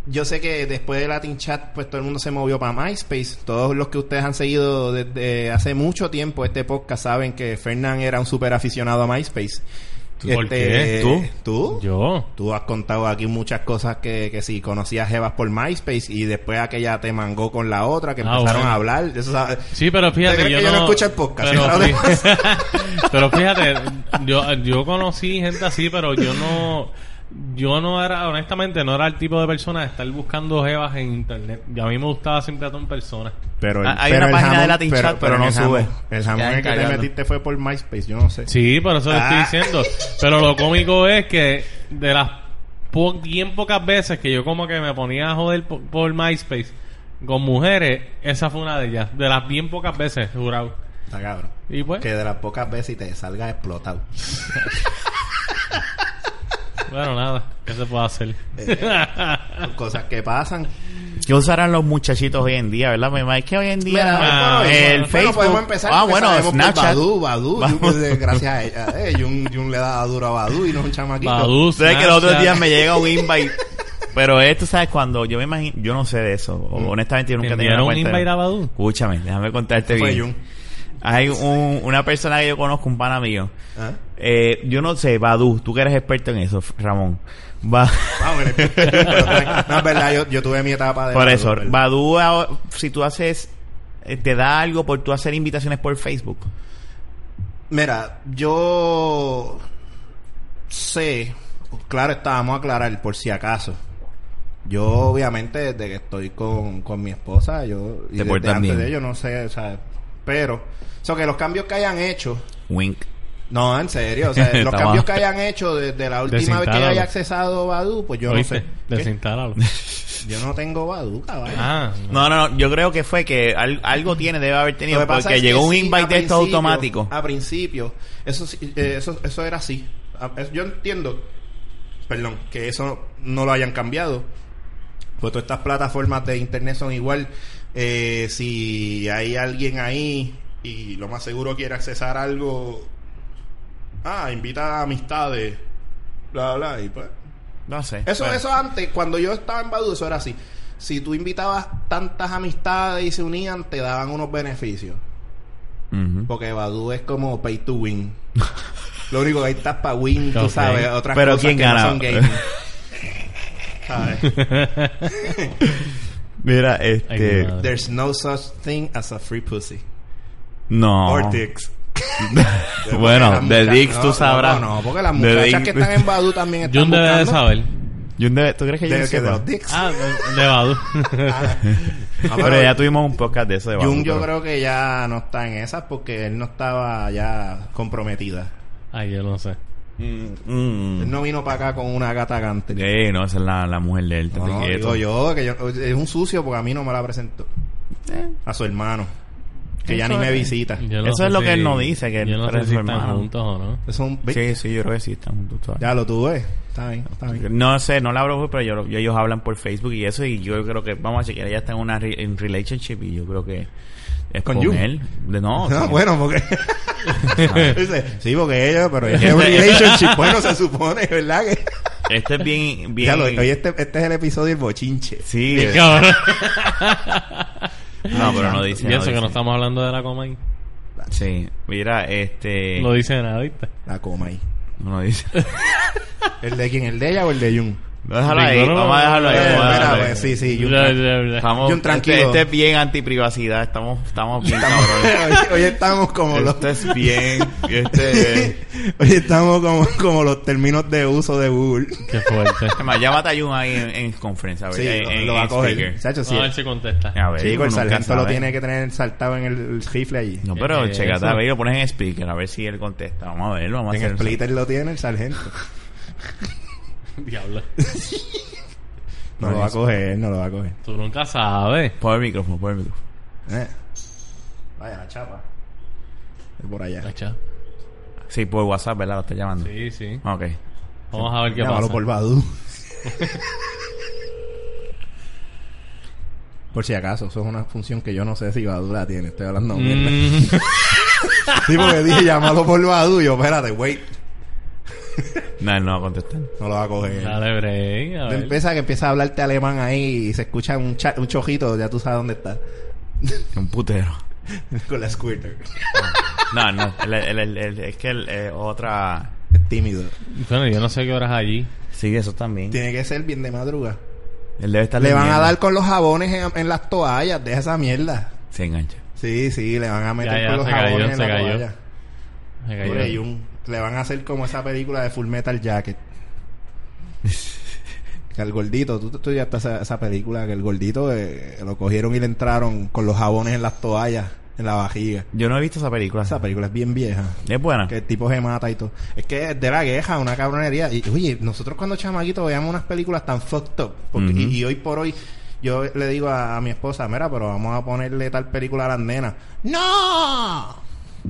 C: yo sé que después de Latin Chat, pues todo el mundo se movió para MySpace. Todos los que ustedes han seguido desde hace mucho tiempo este podcast saben que Fernán era un súper aficionado a MySpace.
B: ¿Por qué?
C: ¿Tú? ¿Tú?
B: Yo.
C: Tú has contado aquí muchas cosas que, que sí, conocías Jebas por MySpace y después aquella te mangó con la otra, que
B: Ah,
C: empezaron
B: bueno.
C: a hablar. Eso sabe-
B: Sí, pero
C: ¿Te
B: fíjate,
C: crees
B: yo
C: que
B: no...
C: yo no escucho el podcast?
B: Pero,
C: Ahora
B: fí- pero fíjate, yo, yo conocí gente así, pero yo no... Yo no era, honestamente, no era el tipo de persona de estar buscando jevas en internet. Y a mí me gustaba siempre todo en persona.
C: Pero el-
A: Ah, hay una
C: pero el
A: página de
C: jamón-
A: Latin Chat, pero no
C: el jamón-
A: sube.
C: El
A: Ya
C: jamón en el que te
A: encargando.
C: metiste fue por MySpace, yo no sé.
B: Sí, por eso
C: Ah.
B: lo estoy diciendo. Pero lo cómico es que de las po- bien pocas veces que yo como que me ponía a joder por, por MySpace con mujeres, esa fue una de ellas. De las bien pocas veces, jurado.
C: Está cabrón.
B: Y pues,
C: Que de las pocas veces te salga explotado.
B: bueno, nada, ¿qué se puede hacer?
C: Cosas que pasan.
A: ¿Qué usarán los muchachitos hoy en día, verdad? mamá? Es que hoy en día
B: Mira,
A: el
B: hoy por
A: Facebook.
B: hoy,
C: Bueno, podemos empezar.
A: ah,
C: porque
A: bueno,
C: sabemos que
A: Snapchat.
C: Badoo, Badoo.
A: Vamos.
C: Jun, eh, gracias a ella. Eh, Jun, Jun le da duro a Badoo y no es un chamaquito.
B: Badoo,
A: Sabes que los otros
B: Snapchat.
A: días me llega un invite. Pero esto, ¿sabes? Cuando yo me imagino, yo no sé de eso. o-
C: Mm.
A: honestamente, yo nunca
B: ¿Te
A: tenía una
B: enviaron un
A: cuenta.
B: invite a Badoo?
A: Escúchame, déjame contarte
C: Fue
A: bien.
C: Jun.
A: Hay un- una persona que yo conozco, un pana mío.
C: ¿Ah?
A: Eh, yo no sé, Badu, tú que eres experto en eso, Ramón. Va-
C: Vamos, mira, pero tranqui- no, es verdad, yo, yo tuve mi etapa de.
A: por
C: Badoo,
A: eso,
C: ¿verdad?
A: Badu, si tú haces, eh, te da algo por tú hacer invitaciones por Facebook.
C: Mira, yo sé, claro, estábamos a aclarar por si acaso. Yo obviamente desde que estoy con, con mi esposa, yo
A: Te
C: y desde
A: portas
C: antes
A: bien.
C: de ello no sé, o sea, pero o sea, que los cambios que hayan hecho,
A: Wink.
C: no, en serio, o sea, los
A: Estaba-
C: cambios que hayan hecho desde la última vez que
B: Desinstálalo.
C: haya accesado Badu, pues yo no
B: ¿Oíste?
C: sé. ¿Qué?
B: Desinstálalo.
C: Yo no tengo Badu, caballo.
B: Ah,
A: No, no, no, yo creo que fue que al- algo tiene, debe haber
C: Lo
A: tenido,
C: que pasa
A: porque
C: es que
A: llegó un
C: sí,
A: invite
C: a
A: de estos
C: principio- ah,
A: automáticos.
C: A principio, eso, sí, eh, eso, eso era así. A- es- Yo entiendo, perdón, que eso no lo hayan cambiado. Pues todas estas plataformas de internet son igual. Eh, si hay alguien ahí y lo más seguro quiere accesar algo, ah, invita a amistades, bla, bla, y pues.
A: No sé.
C: Eso,
A: Bueno.
C: eso antes, cuando yo estaba en Badu, eso era así. Si tú invitabas tantas amistades y se unían, te daban unos beneficios.
A: Ujú.
C: Porque Badu es como pay to win. Lo único que ahí estás para win, tú
B: Ok.
C: sabes, otras
A: Pero
C: cosas
A: ¿quién
C: que
A: gana?
C: no son gaming. ¿Sabes?
A: Mira,
B: Ay, mi
A: este...
B: madre.
C: There's no such thing as a free pussy.
A: No.
C: Or dicks. Porque las
A: bueno, de
C: muchachas-
A: Dix
C: no,
A: tú
C: no,
A: sabrás.
C: No, no, porque las
A: De
C: muchachas
A: Dix-
C: que están en Badu también están
B: Jun debe de
C: buscando
B: saber.
A: Jun debe- ¿Tú crees que
C: de-
A: yo
C: que de
A: sepa?
C: los dicks.
B: Ah, de, de Badoo.
C: Ah,
A: Pero ya tuvimos un podcast de eso. De
C: Jun
A: Badoo,
C: yo
A: pero-
C: creo que ya no está en esas porque él no estaba ya comprometida.
B: Ay, yo no sé.
A: Mm.
C: Él no vino para acá con una gata gante.
A: Eh, no, esa es la, la mujer de él.
C: No,
A: estate
C: no,
A: quieto.
C: digo yo, que yo- es un sucio porque a mí no me la presentó. A su hermano. Que ya
A: Eh. Eso
C: ni me
A: es-
C: visita.
B: Yo no
A: Eso
B: sé
A: es lo que
B: si-
A: él no dice, que él
B: yo no sé
A: parece
B: si
A: su
B: están
A: hermano.
B: juntos o no.
C: Es un...
A: Sí, sí, yo creo que sí, están juntos todavía.
C: Ya lo tuve. Está bien, está bien.
A: No sé, no la abro, pero yo, yo- ellos hablan por Facebook y eso. Y yo creo que, vamos a chequear, ella está en una re- en relationship y yo creo que es
C: ¿Con
A: con,
C: Jun?
A: él. De- no,
C: No,
A: con-
C: Ah, bueno, porque... Dice, sí, porque ella, pero ella es un relationship. Bueno, se supone, ¿verdad? Que...
A: este es bien. bien
C: Ya lo- oye, este, este es el episodio del bochinche.
A: Sí,
B: Qué
A: eh,
B: cabrón.
A: no, pero no dice.
B: Y eso que
A: dice.
B: no estamos hablando de la Comay.
A: Sí, mira, este.
B: No dice nada, ¿viste?
C: La coma ahí.
A: No dice.
C: ¿El de quién? ¿El de ella o el de Jun?
A: No, déjalo ahí,
B: Ignóralo.
A: vamos a dejarlo ahí.
C: Eh,
A: vamos a
C: espera,
A: dejarlo ahí.
C: pues, sí, sí. yo-
B: Bla, bla, bla.
A: Estamos,
C: Jun, tranquilo.
A: Este, este es bien antiprivacidad, estamos, estamos bien cabrones.
C: hoy, hoy estamos como los...
A: Este es bien, este
C: hoy estamos como, como los términos de uso de Google.
B: Qué fuerte.
A: es más, llámate a Jun ahí en, en conferencia, a ver,
C: Sí,
A: en-
C: lo,
A: en- Ah,
C: lo va a
A: en
C: coger.
A: speaker.
C: Se ha hecho
B: Vamos a ver si contesta.
A: A ver, uno
C: Chico, pues el
A: nunca
C: sargento lo
A: sabe.
C: tiene que tener saltado en el, el rifle allí.
A: No, pero
B: Eh,
A: checate
B: eso.
A: a ver, lo pones en speaker, a ver si él contesta. Vamos a verlo, vamos
C: en
A: a
C: el
A: hacer
C: splitter lo tiene el sargento.
B: Diablo.
C: No lo va a coger, no lo va a coger.
B: Tú nunca sabes.
A: Por el micrófono, por el micrófono.
C: Eh. Vaya, la chapa. Es por allá.
B: Cacha.
A: Sí, por WhatsApp, ¿verdad? Lo está llamando.
B: Sí, sí.
A: Ah, Ok.
B: Vamos a ver qué
C: Llámalo
B: pasa.
C: por Badu. por si acaso, eso es una función que yo no sé si Badu la tiene. Estoy hablando mierda.
B: Mm.
C: Sí, porque dije, llámalo por Badu. Yo, espérate, wait.
A: No, él no va a contestar.
C: No lo va a coger.
B: Dale, break. A
C: Te
B: ver.
C: empieza que empieza a hablarte alemán ahí y se escucha un, cha- un chojito, ya tú sabes dónde está.
A: Un putero.
C: Con la squirter.
A: No, no. el- el- el- el- es que el, eh, otra...
C: Es tímido.
B: Bueno, yo no sé qué horas allí.
A: Sí, eso también.
C: Tiene que ser bien de madruga.
A: Él debe estar
C: Le van a
A: durmiendo.
C: dar con los jabones en, en las toallas, deja esa mierda.
A: Se engancha.
C: Sí, sí, le van a meter
B: Ya, ya,
C: con los
B: se cayó,
C: jabones en
B: se
C: la
B: cayó.
C: toalla.
B: Me cayó.
C: Pobre Jun. Le van a hacer como esa película de Full Metal Jacket. Que al gordito, tú te estudiaste esa, esa película, que el gordito eh, lo cogieron y le entraron con los jabones en las toallas, en la vajiga.
A: Yo no he visto esa película.
C: Esa película es bien vieja.
A: Es buena.
C: Que el tipo se mata y todo. Es que es de la queja, una cabronería. Y, oye, nosotros cuando chamaquitos veíamos unas películas tan fucked up. porque-
A: Ujú.
C: y, y hoy por hoy yo le digo a, a mi esposa, mira, pero vamos a ponerle tal película a las nenas. ¡No!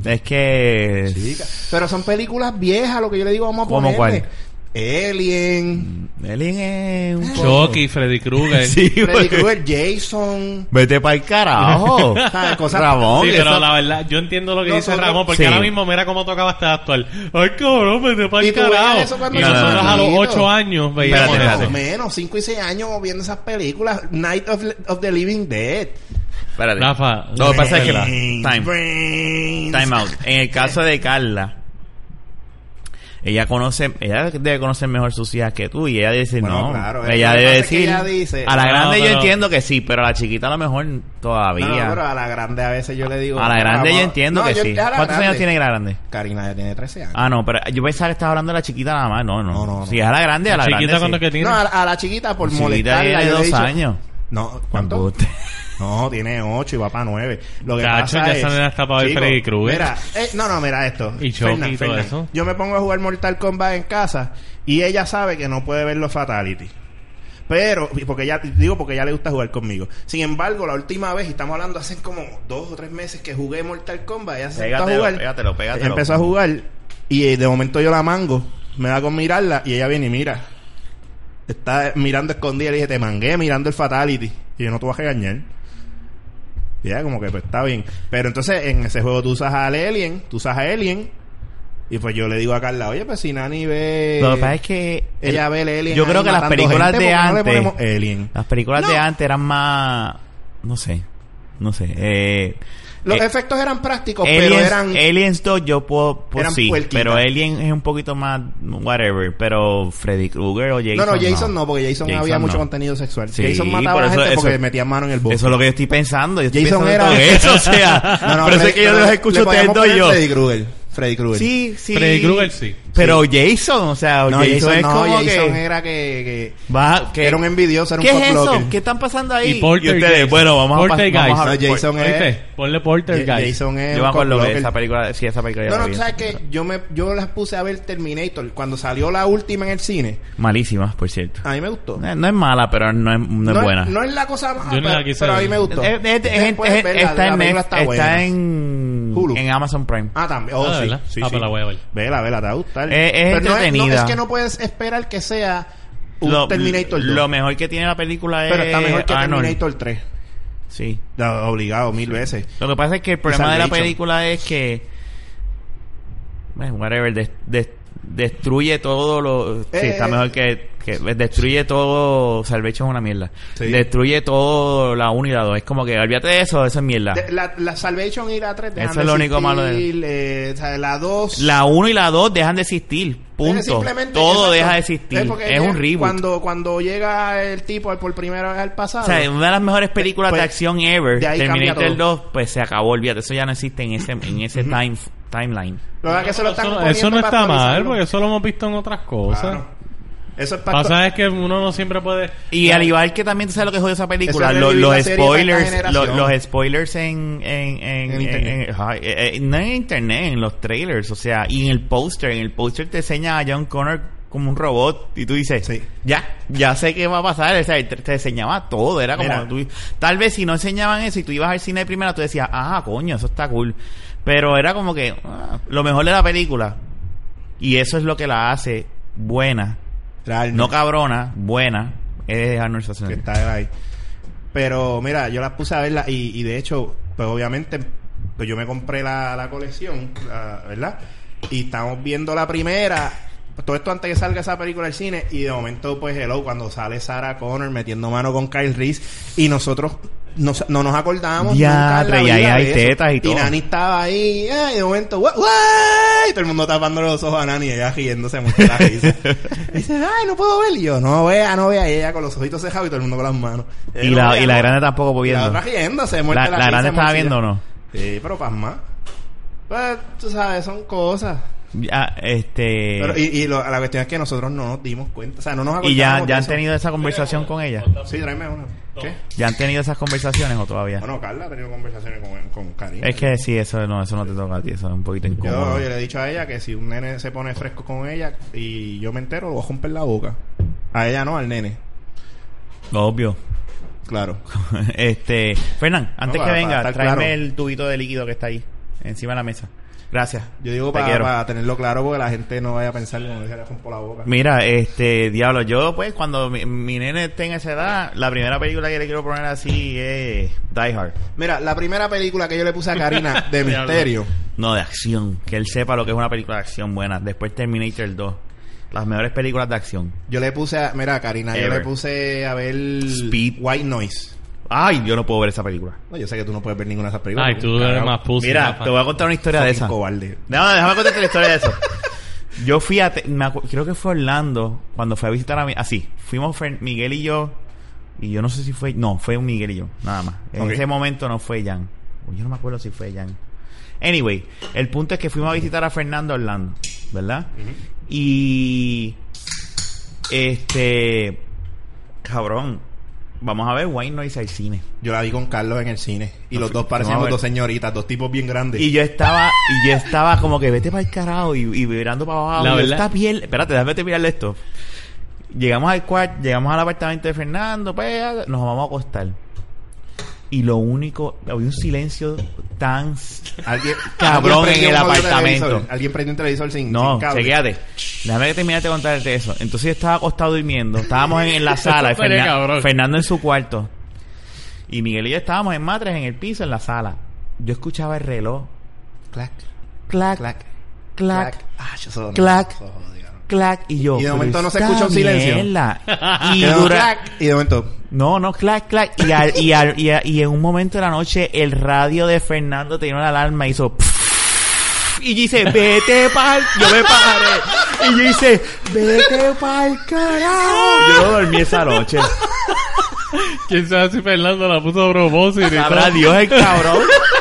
A: Es que...
C: Chica. Pero son películas viejas, lo que yo le digo, vamos a
A: ¿Cómo
C: ponerle.
A: cuál?
C: Alien,
A: Elin es un poco-
B: Chucky, Freddy Krueger.
A: Sí, güey.
C: Freddy Krueger, Jason.
A: Vete para el carajo.
C: ¿Sabes? Cosas-
A: Ramón.
B: Sí, pero
A: esa-
B: la verdad, yo entiendo lo que
C: No,
B: dice
C: son-
B: Ramón, porque
A: sí.
B: ahora mismo mira cómo tocaba este actual. Ay, cabrón, vete pa'l
C: Y tú
B: carajo.
C: veías eso cuando
B: Y
A: yo era
B: nosotros a los
C: chiquito.
B: 8 años
A: Espérate,
B: veíamos
A: espérate.
C: Más o
B: eso.
C: menos, 5 y 6 años viendo esas películas. Night of, of the Living Dead.
A: Espérate.
B: Rafa,
A: No, lo que pasa es que...
C: Brains,
A: Time.
C: brains.
A: Time out. En el caso de Carla... Ella conoce, ella debe conocer mejor sus hijas que tú y ella debe decir
C: Bueno,
A: no.
C: claro,
A: ella
C: lo que
A: debe
C: pasa es que
A: decir.
C: ella dice-
A: a la
B: No,
A: grande yo
B: pero-
A: entiendo que sí, pero a la chiquita a lo mejor todavía.
C: No, no, pero a la grande a veces yo le digo.
A: a la grande
C: "Vamos".
A: yo entiendo
C: No,
A: que
C: yo-
A: sí.
C: a la
A: ¿Cuántos años
C: grande.
A: tiene la grande?
C: Karina ya tiene 13 años.
A: Ah, no, pero yo pensaba que estaba hablando de la chiquita nada más. No, no.
C: No, no, no.
A: Si es a la grande, a la
B: Chiquita
A: grande.
B: cuando
A: sí.
B: que tiene.
C: no, a, la- a la chiquita por
A: Chiquita
C: molestarla.
A: tiene
C: yo le he
A: dos
C: dicho-
A: años.
C: No, ¿cuánto?
A: Tampoco.
C: No, tiene 8 y va para 9. Lo que
B: Cacho,
C: pasa
B: ya
C: es,
B: esa nena está pa' ver
C: chico,
B: Freddy Krueger.
C: Mira, eh, no, no, mira esto.
B: Y Chucky y
C: Fernan,
B: todo
C: Fernan.
B: eso.
C: Yo me pongo a jugar Mortal Kombat en casa y ella sabe que no puede ver los Fatality. Pero, y porque ya, digo porque ya le gusta jugar conmigo. Sin embargo, la última vez, y estamos hablando hace como dos o tres meses que jugué Mortal Kombat, ella se sentó a
A: Pégatelo,
C: jugar.
A: pégatelo, pégatelo.
C: Empezó a jugar y eh, de momento yo la mango, me da con mirarla y ella viene y mira. Está eh, mirando escondida, le dije, te mangué mirando el Fatality. Y yo no te vas a regañar. Y ella como que pues está bien. Pero entonces en ese juego tú usas al Alien, tú usas a Alien. Y pues yo le digo a Carla, oye, pues si Nani ve...
A: Lo que pasa es que.
C: Ella ve el Alien.
A: Yo
C: ahí
A: creo que las
C: matando
A: películas
C: gente,
A: de
C: ¿por qué no le
A: antes.
C: ponemos Alien.
A: Las películas de
C: No.
A: antes eran más. No sé. No sé. Eh,
C: Los
A: eh,
C: efectos eran prácticos, pero
A: Aliens, eh,
C: eran...
A: Aliens 2 yo puedo, pues
C: eran
A: sí,
C: puerquitas.
A: pero Alien es un poquito más whatever, pero Freddy Krueger o Jason
C: no, no, Jason no, porque Jason,
A: Jason
C: había mucho
A: no.
C: contenido sexual.
A: Sí,
C: Jason mataba
A: por
C: a
A: eso-
C: gente porque
A: eso-
C: le metía mano en el bote.
A: Eso es lo que yo estoy pensando. Yo estoy
C: Jason
A: pensando
C: era-
A: en eso, o sea.
C: No, no,
A: pero
C: Freddy-
A: sé que yo los escucho a
C: le podíamos
A: ustedes dos y
C: poner
A: yo.
C: Freddy Krueger. Freddy Krueger.
A: Sí, sí.
B: Freddy Krueger sí.
A: Pero Jason, o sea,
C: No,
A: Jason,
C: Jason,
A: es
C: no,
A: como
C: Jason
A: que...
C: era que,
A: Va,
C: que...
A: que
C: Era un envidioso, era un
A: ¿Qué es eso?
C: cockblocker.
A: ¿Qué están pasando ahí?
B: Y Poltergeist.
A: ustedes, bueno, vamos a, pas-
B: Poltergeist.
A: vamos a
C: No, Jason es...
B: ¿Viste? Ponle Porter,
C: Ja-
B: guys.
C: Jason es
A: Yo
C: un
A: me acuerdo de
C: cockblocker.
A: esa película, sí, esa película. ya
C: No,
A: la
C: no,
A: vi.
C: tú sabes que yo, me, yo las puse a ver Terminator. Cuando salió la última en el cine,
A: Malísima, por cierto.
C: a mí me gustó.
A: Eh, No es mala, pero no es, no es buena.
C: No es la cosa más,
B: Yo ni
C: pero,
B: la quise
C: pero a mí
B: ver.
C: me gustó.
A: Eh, eh, eh,
C: Después,
A: eh,
C: verla,
A: está
C: la
A: en,
C: película
A: Netflix,
C: está
A: está
C: buena.
A: en,
C: Hulu.
A: en Amazon Prime.
C: Ah, también. Oh,
B: Ah,
C: sí.
B: ¿verdad?
C: sí,
B: Ah,
C: sí.
B: pues la voy a ver.
C: Vela, vela, te va a gustar.
A: Eh, es
C: no es- No,
A: entretenida.
C: es que no puedes esperar que sea un Terminator 2.
A: lo mejor que tiene la película es
C: pero está mejor que
A: Arnold.
C: Terminator 3.
A: Sí.
C: No, Obligado, mil veces.
A: Lo que pasa es que el problema de la
C: Salvation.
A: película es que... Bueno, whatever, des- des- destruye todo lo... sí,
C: Eh,
A: está
C: eh,
A: mejor que, que pues, Destruye todo... Salvation es una mierda.
C: Sí.
A: Destruye todo la 1 y la 2. Es como que, olvídate de eso, esa es mierda.
C: De- la, la Salvation y la 3
A: Eso es lo único malo de-
C: Eh, o sea, la 2.
A: La 1 y la 2 dejan de existir. Punto.
C: Es simplemente-
A: Todo
C: exacto.
A: deja de existir.
C: Sí,
A: Es,
C: porque
A: un
C: llega-
A: reboot.
C: Cuando, cuando llega el tipo al- por primera vez al pasado.
A: o sea, una de las mejores películas
C: Pues,
A: de acción ever,
C: de ahí cambia
A: Terminator
C: todo.
A: 2, pues se acabó, olvídate, eso ya no existe en ese en ese time timeline.
C: lo que pasa es que se lo están
B: Eso,
C: poniendo
B: eso no
C: para
B: está mal,
C: actualizarlo.
B: porque eso lo hemos visto en otras cosas.
C: Claro. Eso es para
B: Pasa es que uno no siempre puede.
A: Y al igual que también tú sabes lo que jodió esa película,
C: Eso es
A: lo-
C: revivir
A: los
C: la serie para esta
A: spoilers, lo-
C: generación.
A: los spoilers en en, en,
C: En internet.
A: en- ajá, eh, eh, no en internet, en los trailers, o sea, y en el póster, en el póster te enseña a John Connor como un robot y tú dices,
C: Sí.
A: ya, ya sé qué va a pasar, o sea, te, te enseñaba todo, era como
C: Mira.
A: tú- tal vez si no enseñaban eso y tú ibas al cine de primera, tú decías, ah, coño, eso está cool, pero era como que ah, lo mejor de la película y eso es lo que la hace buena
C: realmente.
A: no cabrona, buena, es Arnold
C: que
A: Schwarzenegger.
C: está ahí. Pero mira, yo las puse a verla y, y de hecho, pues obviamente, pues yo me compré la, la colección, la- ¿verdad? Y estamos viendo la primera. Todo esto antes que salga esa película al cine y de momento pues hello cuando sale Sarah Connor metiendo mano con Kyle Reese y nosotros nos- no nos acordábamos
A: Ya,
C: nunca en
A: y
C: la
A: ahí
C: vida
A: hay
C: de eso.
A: tetas y todo.
C: Nani estaba ahí eh, y de momento "What, what?" y todo el mundo tapando los ojos a Nani y ella riéndose mucho de la risa Y dice, ay, no puedo ver. Y yo, no vea, no vea. Y ella con los ojitos cejados y todo el mundo con las manos.
A: Y
C: "No
A: la,
C: vea,
A: y la
C: no".
A: grande tampoco pues,
C: Y la
A: viendo.
C: otra
A: La,
C: riéndose, muerta
A: la grande
C: risa,
A: estaba
C: morcilla.
A: viendo o no.
C: Sí, pero pasma. Pues, tú sabes, son cosas.
A: Ya, este,
C: Pero, y y lo- la cuestión es que nosotros no nos dimos cuenta. O sea, no nos
A: y
C: acordamos
A: ya,
C: de
A: ya han
C: eso.
A: tenido esa conversación con ella.
C: Sí, tráeme una. ¿Qué?
A: Ya han tenido esas conversaciones o todavía.
C: Bueno, Carla ha tenido conversaciones con, con Karina.
A: Es que sí, eso no, eso no te toca a ti, eso es un poquito
C: Yo,
A: incómodo.
C: yo le he dicho a ella que si un nene se pone fresco con ella y yo me entero, lo voy a romper la boca. A ella no, al nene.
A: Obvio.
C: Claro.
A: este, Fernán, antes
C: para-
A: que
C: para
A: venga,
C: estar
A: tráeme
C: claro.
A: el tubito de líquido que está ahí, encima de la mesa. Gracias.
C: Yo digo
A: Te
C: para,
A: quiero.
C: para tenerlo claro porque la gente no vaya a pensar como que se le rompo la boca.
A: Mira, este, diablo, yo pues cuando mi, mi nene tenga esa edad, la primera película que le quiero poner así es Die Hard.
C: Mira, la primera película que yo le puse a Karina de
B: Diablo.
C: misterio.
A: No, de acción. Que él sepa lo que es una película de acción buena. Después Terminator 2. Las mejores películas de acción.
C: Yo le puse a. Mira, Karina, yo
A: Ever.
C: le puse a ver.
A: Speed.
C: White Noise.
A: Ay, yo no puedo ver esa película.
C: No, yo sé que tú no puedes ver ninguna de esas películas.
B: Ay,
C: porque un
B: tú eres
C: carajo,
B: más pussy.
A: Mira,
B: Rafa.
A: te voy a contar una historia de
C: un
A: esa. No,
C: cobarde.
A: déjame contarte la historia de eso. Yo fui a... te- me acu- creo que fue a Orlando cuando fui a visitar a mi... Así, fuimos Fer- Miguel y yo. Y yo no sé si fue... No, fue un Miguel y yo, nada más. En
C: Ok.
A: ese momento no fue Jan. O Yo no me acuerdo si fue Jan. Anyway, el punto es que fuimos a visitar a Fernando a Orlando, ¿verdad? Y... Este... Cabrón. Vamos a ver Wayne Noise al cine.
C: Yo la vi con Carlos en el cine. Y los dos
A: Vamos a
C: parecíamos
A: ver.
C: dos señoritas, dos tipos bien grandes.
B: Este.
A: Y yo estaba, y yo estaba como que vete para el carajo y, y mirando para abajo.
B: La
A: y yo,
B: verdad-
A: Esta piel, espérate, déjame terminar esto. Llegamos al cuarto, llegamos al apartamento de Fernando, pues, nos vamos a acostar. Y lo único, había un silencio tan s-
C: Alguien,
A: Cabrón,
C: alguien prendió
A: en el
C: un audio
A: apartamento.
C: televisor. Alguien prendió un televisor sin,
A: No,
C: sin cable.
A: chequeate. Déjame que terminarte de contarte eso. Entonces yo estaba acostado durmiendo. Estábamos en, en la sala. y
B: Estaría
A: Fernan-
B: cabrón.
A: Fernando en su cuarto. Y Miguel y yo estábamos en matres, en el piso, en la sala. Yo escuchaba el reloj.
C: Clac,
A: Clac, clac,
C: clac,
A: clac,
C: Ah, yo soy-
A: Clac.
C: yo soy-
A: clac. Y yo.
C: Y de
A: pero
C: momento no se
A: esta
C: escucha un silencio.
A: mierda. Y
C: Ah, Quedó
A: dura-
C: clac, y de momento,
A: No, no, clac, clac. Y, al- y, al- y, a- y en un momento de la noche, el radio de Fernando tenía una alarma y hizo. Y yo hice, vete pa'l. Yo me paré. Y yo hice, vete pa'l carajo. Yo no dormí esa noche.
B: Quién sabe si Fernando la puso a propósito. y
A: Sabrá
B: todo.
A: Dios el cabrón.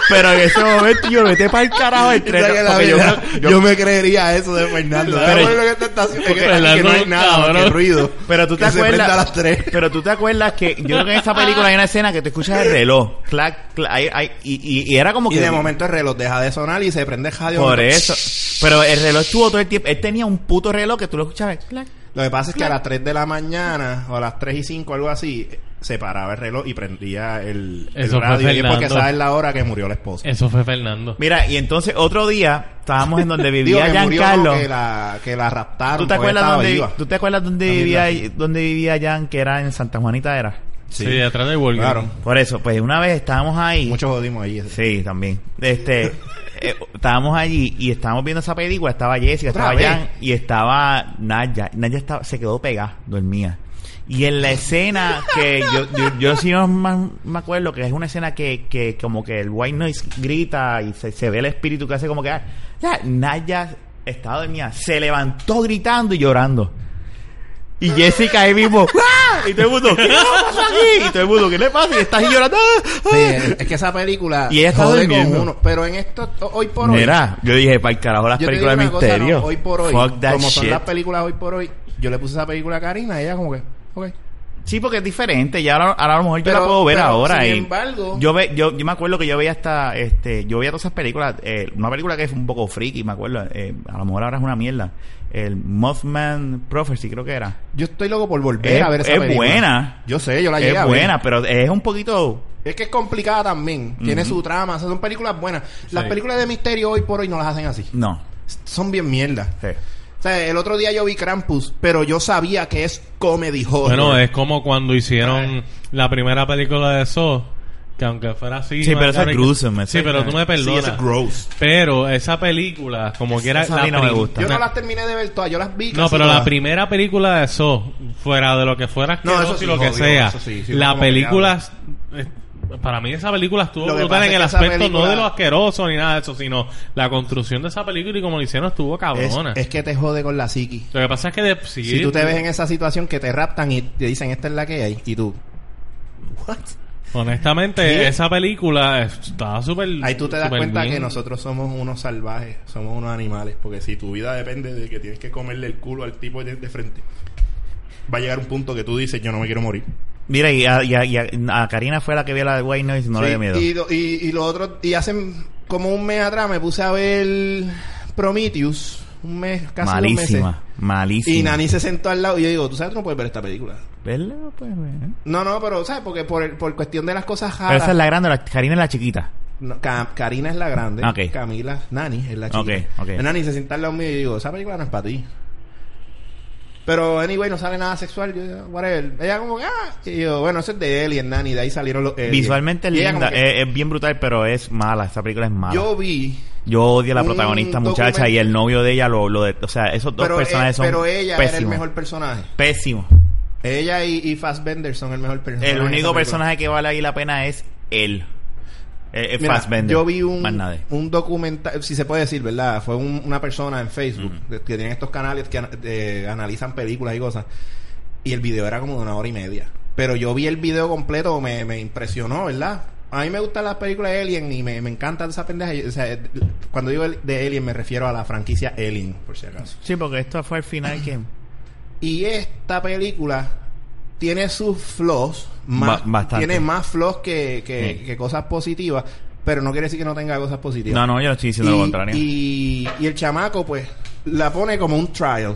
A: Pero en ese momento yo vete pa'l carajo. El tren,
C: Esa que la
A: porque yo,
C: vida,
A: creo-
C: yo,
A: yo-
C: me creería eso de Fernando.
A: Pero-
C: Pero, que esta estación es grande,
B: Fernando
C: que no hay
B: es un
C: nada, más que
B: cabrón.
C: ruido.
A: Pero tú te
C: Que se
A: acuerdas.
C: prenda a las tres.
A: Pero tú te acuerdas que yo creo que en esta película hay una escena que te escuchas el reloj. Clac, clac, ay, ay, y, y- y era como que.
C: Y de momento el reloj deja de sonar y se prende el radio.
A: Por eso. Pero el reloj estuvo todo el tiempo. Él tenía un puto reloj que tú lo escuchabas. clac.
C: Lo que pasa es que a las 3 de la mañana o a las 3 y 5, algo así, se paraba el reloj y prendía el, el
B: Eso fue
C: radio. Y es porque
B: Fernando.
C: esa es la hora que murió la esposa.
B: Eso fue Fernando.
A: Mira, y entonces otro día estábamos en donde
C: Digo
A: vivía
C: que murió
A: Giancarlo.
C: no, que la, que la raptaron.
A: ¿Tú te,
C: porque
A: acuerdas
C: estaba
A: dónde,
C: viva.
A: ¿Tú te acuerdas dónde
C: También
A: vivía,
C: la-
A: dónde vivía Jan, que era en Santa Juanita? era
B: Sí, detrás del Burger.
C: Claro.
A: Por eso, pues una vez estábamos ahí.
C: Muchos jodimos ahí.
A: Sí, también. Este, eh, estábamos allí y estábamos viendo esa película. Estaba Jessica,
C: ¿Otra
A: estaba
C: vez?
A: Jan y estaba Naya. Naya estaba, se quedó pegada, dormía. Y en la escena que yo, yo, yo sí no más me acuerdo que es una escena que, que como que el white noise grita y se, se ve el espíritu que hace como que... ah, ya, Naya estaba dormida, se levantó gritando y llorando. Y Jessica ahí mismo, ¡ah! Y todo el mundo, ¿qué le pasa aquí? Y todo el mundo, ¿qué le pasa? Y estás ahí llorando, ¡ah! ¡ah!
C: Sí, es es que esa película
A: Y ella está
C: jode con
A: durmiendo.
C: uno. Pero en esto, hoy por hoy.
A: Mira, yo dije, para el carajo las
C: yo te
A: películas de
C: digo una cosa,
A: misterio.
C: no, hoy por hoy,
A: Fuck that
C: como son
A: shit.
C: las películas hoy por hoy, yo le puse esa película a Karina y ella como que, ok.
A: Sí, porque es diferente. Ya ahora, ahora a lo mejor yo la
C: Pero-
A: puedo ver
C: pero,
A: ahora.
C: sin
A: y
C: embargo-
A: yo, ve, yo, yo me acuerdo que yo veía hasta. Este, yo veía todas esas películas. eh, una película que es un poco friki, me acuerdo. eh, a lo mejor ahora es una mierda. El Mothman Prophecy, creo que era.
C: Yo estoy loco por volver
A: Es-
C: a ver esa
A: es
C: película.
A: buena.
C: Yo sé, yo la llegué
A: Es
C: a ver.
A: buena, pero es un poquito.
C: Es que es complicada también. Tiene su trama. O sea, son películas buenas. Las
B: Sí.
C: películas de misterio hoy por hoy no las hacen así.
A: No.
C: Son bien mierda.
A: Sí.
C: O sea, el otro día yo vi Krampus, pero yo sabía que es comedy horror.
B: Bueno, es como cuando hicieron la primera película de Saw, que aunque fuera así...
A: Sí, pero eso es
B: macabra-
A: gruesome,
B: Sí,
A: eso-
B: pero tú me
C: Sí,
B: perdonas.
C: es gross.
B: pero esa película, como que era...
A: Esa a mí no me
B: prim-
A: gusta.
C: Yo no
B: na-
C: las terminé de ver todas. Yo las vi
B: No,
C: casi
B: pero la
C: todas.
B: primera película de eso, fuera de lo que fuera,
C: No,
B: asqueroso
C: eso sí
B: y lo que
C: jodió,
B: sea,
C: eso sí, sí,
B: la
C: como que
B: película, eh, para mí esa película estuvo
C: Lo que
B: brutal
C: pasa
B: en
C: es
B: el
C: que esa
B: aspecto no
C: película-
B: de lo asqueroso ni nada de eso, sino la construcción de esa película y como lo hicieron estuvo
C: es,
B: cabrona.
C: es que te jode con la psiqui.
B: Lo que pasa es que de, sí,
C: Si tú te ves en esa situación que te raptan y te dicen esta es la que hay, y tú. ¿What?
B: honestamente,
C: ¿Qué?
B: esa película estaba súper...
C: Ahí tú te das
B: súper
C: cuenta
B: bien.
C: que nosotros somos unos salvajes, somos unos animales, porque si tu vida depende de que tienes que comerle el culo al tipo que tienes de frente, va a llegar un punto que tú dices, yo no me quiero morir.
A: Mira, y a, y a- y a- a Karina fue la que vio la de White Noise y no
C: Sí,
A: le dio miedo.
C: Y, lo- y, y lo otro, y hace como un mes atrás me puse a ver Prometheus, un mes, casi dos meses.
A: malísima. Malísima.
C: Y Nani se sentó al lado y yo digo, tú sabes, tú no puedes ver esta película.
A: ¿Verdad? Pues, eh.
C: No, no, pero, ¿sabes? Porque por, el- por cuestión de las cosas
A: Pero
C: raras.
A: esa es la grande, la, Karina es la chiquita.
C: No, Ca- Karina es la grande,
A: Ok.
C: Camila, Nani es la chica.
A: Ok, ok.
C: Nani se sienta al lado mío y digo, esa película no es para ti. Pero, anyway, no sale nada sexual. Yo, digo, whatever. Ella como que, ah. Y yo, bueno, eso es de Alien, Nani. De ahí salieron los aliens.
A: Visualmente es
C: Y ella
A: linda, eh,
C: como que,
A: es, es bien brutal, pero es mala. Esa película es mala.
C: Yo vi,
A: Yo odio a la
C: Un
A: protagonista muchacha
C: documento-
A: y el novio de ella lo, lo de, o sea, esos dos
C: pero,
A: personajes
C: eh,
A: son
C: pero ella
A: pésimos.
C: era el mejor personaje.
A: Pésimo.
C: Ella y, y Fassbender son el mejor personaje.
A: El
C: de esa
A: único
C: película.
A: personaje que vale ahí la pena es él. Eh, eh,
C: Mira,
A: Fassbender.
C: Yo vi un,
A: Más nadie.
C: un documental, si se puede decir, ¿verdad? Fue un- una persona en Facebook de- que tienen estos canales que ana- eh, analizan películas y cosas. Y el video era como de una hora y media. Pero yo vi el video completo, me, me impresionó, ¿verdad? A mí me gustan las películas de Alien y me, me encantan esas pendejas. O sea, cuando digo el- de Alien me refiero a la franquicia Alien, por si acaso.
A: Sí, porque esto fue el final que...
C: Y esta película tiene sus flaws, más,
A: Ba- bastante.
C: tiene más flaws que, que-
A: Sí.
C: que cosas positivas, pero no quiere decir que no tenga cosas positivas.
A: No, no, yo no estoy diciendo
C: y,
A: lo contrario.
C: Y, y el chamaco, pues, la pone como un trial.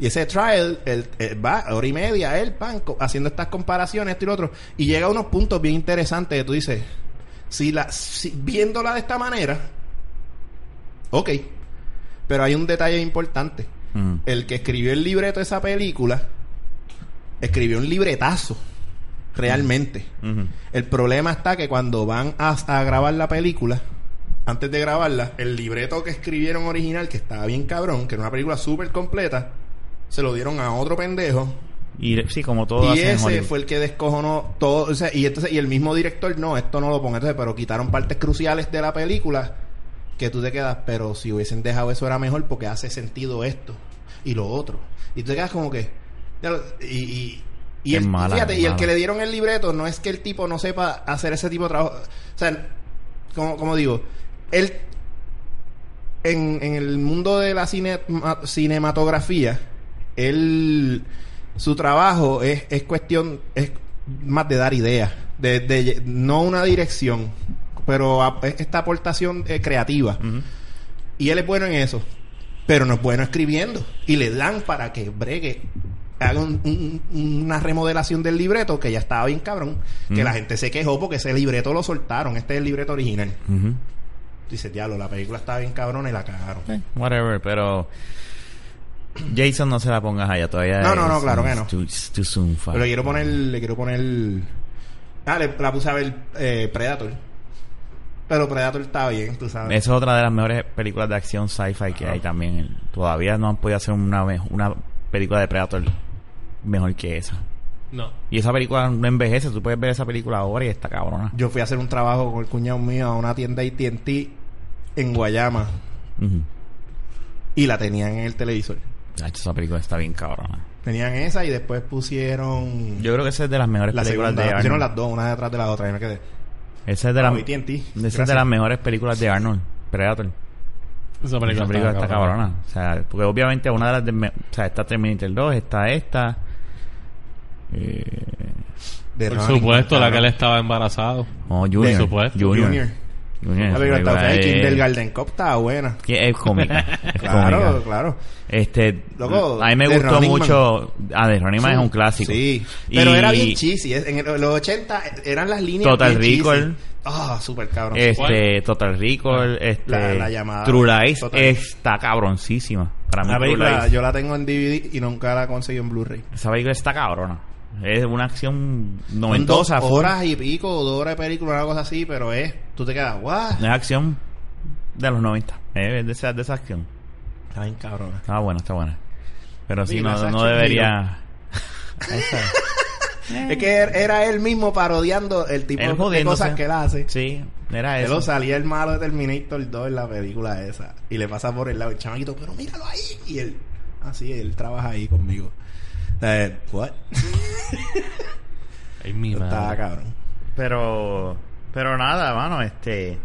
C: Y ese trial, él, él va a hora y media, él, pan, co- haciendo estas comparaciones, esto y lo otro. Y llega a unos puntos bien interesantes que tú dices, si la, si- viéndola de esta manera, ok. Pero hay un detalle importante.
A: Mm.
C: El que escribió el libreto de esa película, escribió un libretazo, realmente.
A: Ujú.
C: El problema está que cuando van a, a grabar la película, antes de grabarla, el libreto que escribieron original, que estaba bien cabrón, que era una película súper completa, se lo dieron a otro pendejo.
A: Y sí, como todo
C: y
A: hacen en
C: ese
A: Hollywood.
C: fue el que descojonó todo. O sea, y, entonces, y el mismo director, no, esto no lo ponga. Entonces, pero quitaron partes cruciales de la película que tú te quedas, pero si hubiesen dejado eso era mejor porque hace sentido esto y lo otro. Y tú te quedas como que... ya lo- Y, y, y,
A: Es
C: el,
A: mala,
C: fíjate,
A: es
C: y el
A: mala.
C: que le dieron el libreto no es que el tipo no sepa hacer ese tipo de trabajo. O sea, como, como digo, él... En, en el mundo de la cine- ma- cinematografía, él... Su trabajo es, es cuestión... Es más de dar ideas. De, de- no una dirección, pero a- esta aportación eh, creativa.
A: Ujú.
C: Y él es bueno en eso. Pero no es bueno escribiendo. Y le dan para que bregue. Haga un- un- una remodelación del libreto que ya estaba bien cabrón. Que
A: Mm.
C: la gente se quejó porque ese libreto lo soltaron. Este es el libreto original.
A: Ujú.
C: Dice, diablo, la película estaba bien cabrona y la cagaron.
A: Eh, Whatever, pero... Jason no se la pongas allá todavía.
C: No, no, no,
A: es-
C: claro que
A: it's
C: no.
A: too- it's too soon, fuck.
C: Pero le quiero poner. Le quiero poner. Ah, le, la puse a ver eh, Predator. Pero Predator está bien, tú sabes.
A: Esa es otra de las mejores películas de acción sci-fi que hay también. Todavía no han podido hacer una, me- una película de Predator mejor que esa.
B: No.
A: Y esa película no envejece. Tú puedes ver esa película ahora y está cabrona.
C: Yo fui a hacer un trabajo con el cuñado mío a una tienda ATT en Guayama.
A: Ujú.
C: y la tenían en el televisor.
A: Ah, esa película está bien cabrona.
C: Tenían esa y después pusieron
A: Yo creo que esa es de las mejores
C: la
A: películas
C: segunda.
A: de
C: pusieron
A: Arnold.
C: las dos, una detrás de la otra. Y me quedé.
A: Esa es de,
C: Ah,
A: las-
C: muy TNT.
A: esa es de
C: Gracias.
A: las mejores películas de Arnold. Predator.
B: Esa
A: Esa
B: película,
A: película está
B: cabrona.
A: cabrona. O sea, porque obviamente una de las... de me- o sea, está Terminator 2, está esta. Eh,
C: De
B: Por
C: Running,
B: supuesto, la que
C: cabrón.
B: él estaba embarazado.
A: oh, Junior.
B: supuesto.
A: Junior.
C: Junior.
A: Junior,
C: La
A: esa
C: película está
A: película
C: buena. Y King
A: es-
C: del Garden Cop estaba buena.
A: que Es cómica. Es
C: Claro,
A: cómica.
C: claro.
A: Este,
C: Loco,
A: a mí me
C: The
A: gustó
C: Running Man.
A: mucho. Ah, de Ronnie Man es un clásico.
C: Sí. Pero
A: Y-
C: era bien cheesy. Es- En el- los 80 eran las líneas.
A: Total
C: bien cheesy.
A: Recall.
C: Ah, súper cabrón.
A: Este, Total Recall, este,
C: Ah, La- la llamada.
A: True Lies
C: Total.
A: está cabroncísima. Para mí,
C: La
A: True
C: película
A: Lies-
C: yo la tengo en DVD y nunca la conseguí en Blu-ray.
A: esa película está cabrona. Es una acción
C: Son dos
A: noventosa. full.
C: horas y pico, dos horas de película, una cosa así, pero es... Tú te quedas, guau.
A: Es acción de los 90. eh, Es de esa, de esa acción.
C: Está bien cabrona.
A: Está buena, está buena. Pero sí,
C: Mira,
A: no, no
C: Sacha
A: debería.
C: Es que er- era él mismo parodiando el tipo
A: Él
C: de
A: jodiéndose.
C: cosas que él hace.
A: Sí, era
C: Él
A: eso.
C: lo salía el malo de Terminator 2 en la película esa. Y le pasa por el lado el chamaquito, pero míralo ahí. Y él, así, él trabaja ahí conmigo. O sea, él, what?
B: Ay, mi
C: Estaba
B: madre.
C: cabrón.
A: Pero, pero nada, mano, este.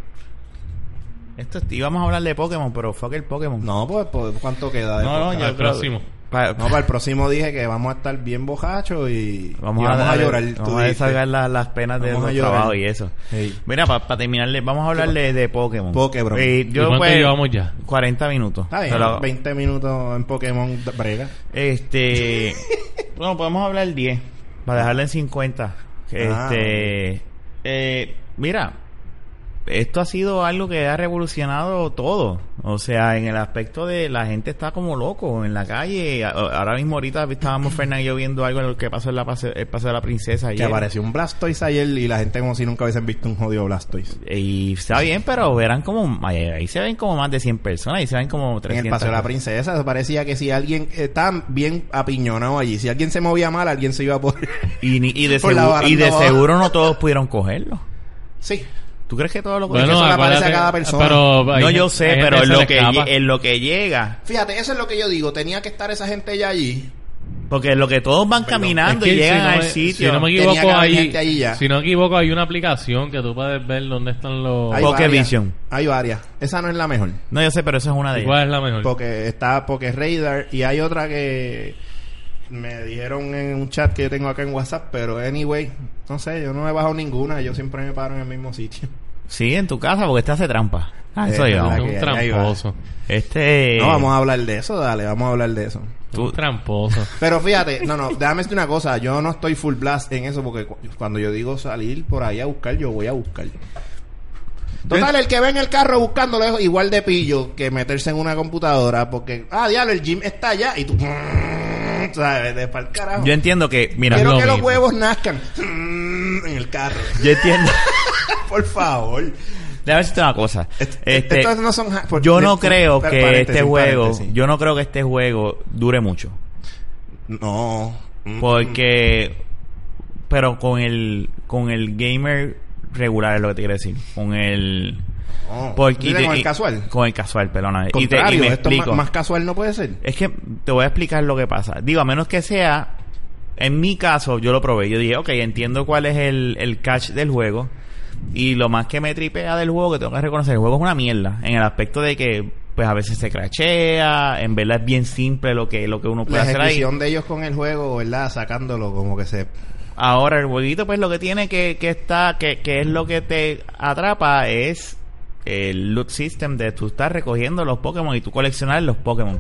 A: Esto íbamos a hablar de Pokémon, pero fuck el Pokémon.
C: No, pues, pues, ¿cuánto queda? de
A: No, no,
C: podcast?
A: yo
B: Al
A: creo-
B: próximo.
A: Pa-
C: No, para el próximo dije que vamos a estar bien bojachos y y
A: Vamos, a,
C: a,
A: dar-
C: llorar. tú
A: Vamos a
C: dijiste.
A: desahogar la- las penas de
C: Vamos a
A: los
C: llorar.
A: trabajos y eso.
C: Ey.
A: Mira, para terminarle, vamos a hablarle de Pokémon.
C: Pokémon.
A: Eh,
B: ¿Y
A: yo,
B: cuánto
A: pues,
B: llevamos ya?
A: 40 minutos.
C: Está bien,
A: Pero,
C: 20 minutos en Pokémon d- brega.
A: Este. bueno, podemos hablar 10. Para dejarle en 50. Este.
C: Ah.
A: eh, mira. Esto ha sido algo que ha revolucionado todo. O sea, en el aspecto de la gente está como loco en la calle. A- Ahora mismo, ahorita estábamos Fernández y yo viendo algo en lo que pasó en la pase, el paseo de la princesa.
C: Que
A: ayer.
C: apareció un Blastoise ayer y la gente como si nunca hubiesen visto un jodido Blastoise.
A: Y está bien, pero eran como. Ahí ahí se ven como más de 100 personas. Ahí se ven como
C: En
A: 300.
C: el paseo de la princesa eso parecía que si alguien estaba bien apiñonado allí, si alguien se movía mal, alguien se iba por...
A: y, ni- y de
C: Por la
A: seguro,
C: baranda
A: y de
C: abajo.
A: seguro no todos pudieron cogerlo.
C: sí.
A: ¿Tú crees que todos lo
C: Bueno, eso le aparece
B: acuérdate-
C: a cada persona.
B: Pero Pues, hay
A: No,
B: gente-
A: yo sé,
B: hay gente
A: pero en
B: se
A: lo,
B: le
A: que
B: escapa.
A: lle- en lo que llega,
C: Fíjate, eso es lo que yo digo. Tenía que estar esa gente ya allí.
A: porque en lo que todos van
C: Perdón,
A: caminando
B: Es que
A: y llegan
B: si no
A: al
B: me-
A: sitio,
B: Si no me
C: Tenía que
B: equivoco,
C: haber
B: hay,
C: gente allí ya.
B: si no me equivoco, hay una aplicación que tú puedes ver dónde están los...
C: Hay
A: Poké
C: varias.
A: Vision.
C: Hay varias. Esa no es la mejor.
A: no, yo sé, pero eso es una de ellas.
B: ¿Cuál es la mejor?
C: Porque está Poké Radar y hay otra que me dijeron en un chat que yo tengo acá en WhatsApp, pero anyway, no sé, yo no he bajado ninguna, yo siempre me paro en el mismo sitio.
A: Sí, en tu casa, porque este hace trampa. Ah,
C: Es
A: eso yo.
C: verdad
B: Es
C: que-
B: un
C: ahí va.
B: tramposo.
A: Este,
C: No, vamos a hablar de eso, dale, vamos a hablar de eso.
A: tú-
B: Un tramposo.
C: Pero fíjate, no, no, déjame decirte una cosa, yo no estoy full blast en eso porque cu- cuando yo digo salir por ahí a buscar, yo voy a buscar. Total, el que ve en el carro buscándolo es igual de pillo que meterse en una computadora porque, ah, diablo, el gym está allá y tú, ¿sabes? De pa'l carajo.
A: yo entiendo que, mira,
B: Pero-
A: yo
C: Quiero
B: lo
C: que los
B: mismo.
C: huevos nazcan Mm, en el carro.
A: entiendo.
C: Por favor.
A: Déjame decirte una cosa.
C: Est-
A: Este,
C: estos no son ha- por-
A: yo no
C: de-
A: creo
C: par-
A: que
C: paréntesis,
A: este juego,
C: paréntesis.
A: yo no creo que este juego dure mucho.
C: No. Mm,
A: Porque. Pero con el. Con el gamer regular es lo que te quiero decir. Con el.
C: no.
A: Porque, y
C: Dile
A: te-
C: con el
A: y-
C: casual.
A: Con el casual, perdóname. Y, te, y
C: Contrario,
A: me
C: esto más,
A: explico.
C: más casual no puede ser.
A: Es que te voy a explicar lo que pasa. Digo, a menos que sea. En mi caso, yo lo probé. Yo dije, ok, entiendo cuál es el, el catch del juego. Y lo más que me tripea del juego, que tengo que reconocer, el juego es una mierda. En el aspecto de que, pues a veces se crachea. En verdad es bien simple lo que, lo que uno puede
C: La
A: hacer ahí.
C: ejecución de ellos con el juego, ¿verdad? Sacándolo como que se...
A: Ahora, el jueguito, pues lo que tiene que, que está, que, que es lo que te atrapa es el loot system de tú estar recogiendo los Pokémon y tú coleccionar los Pokémon.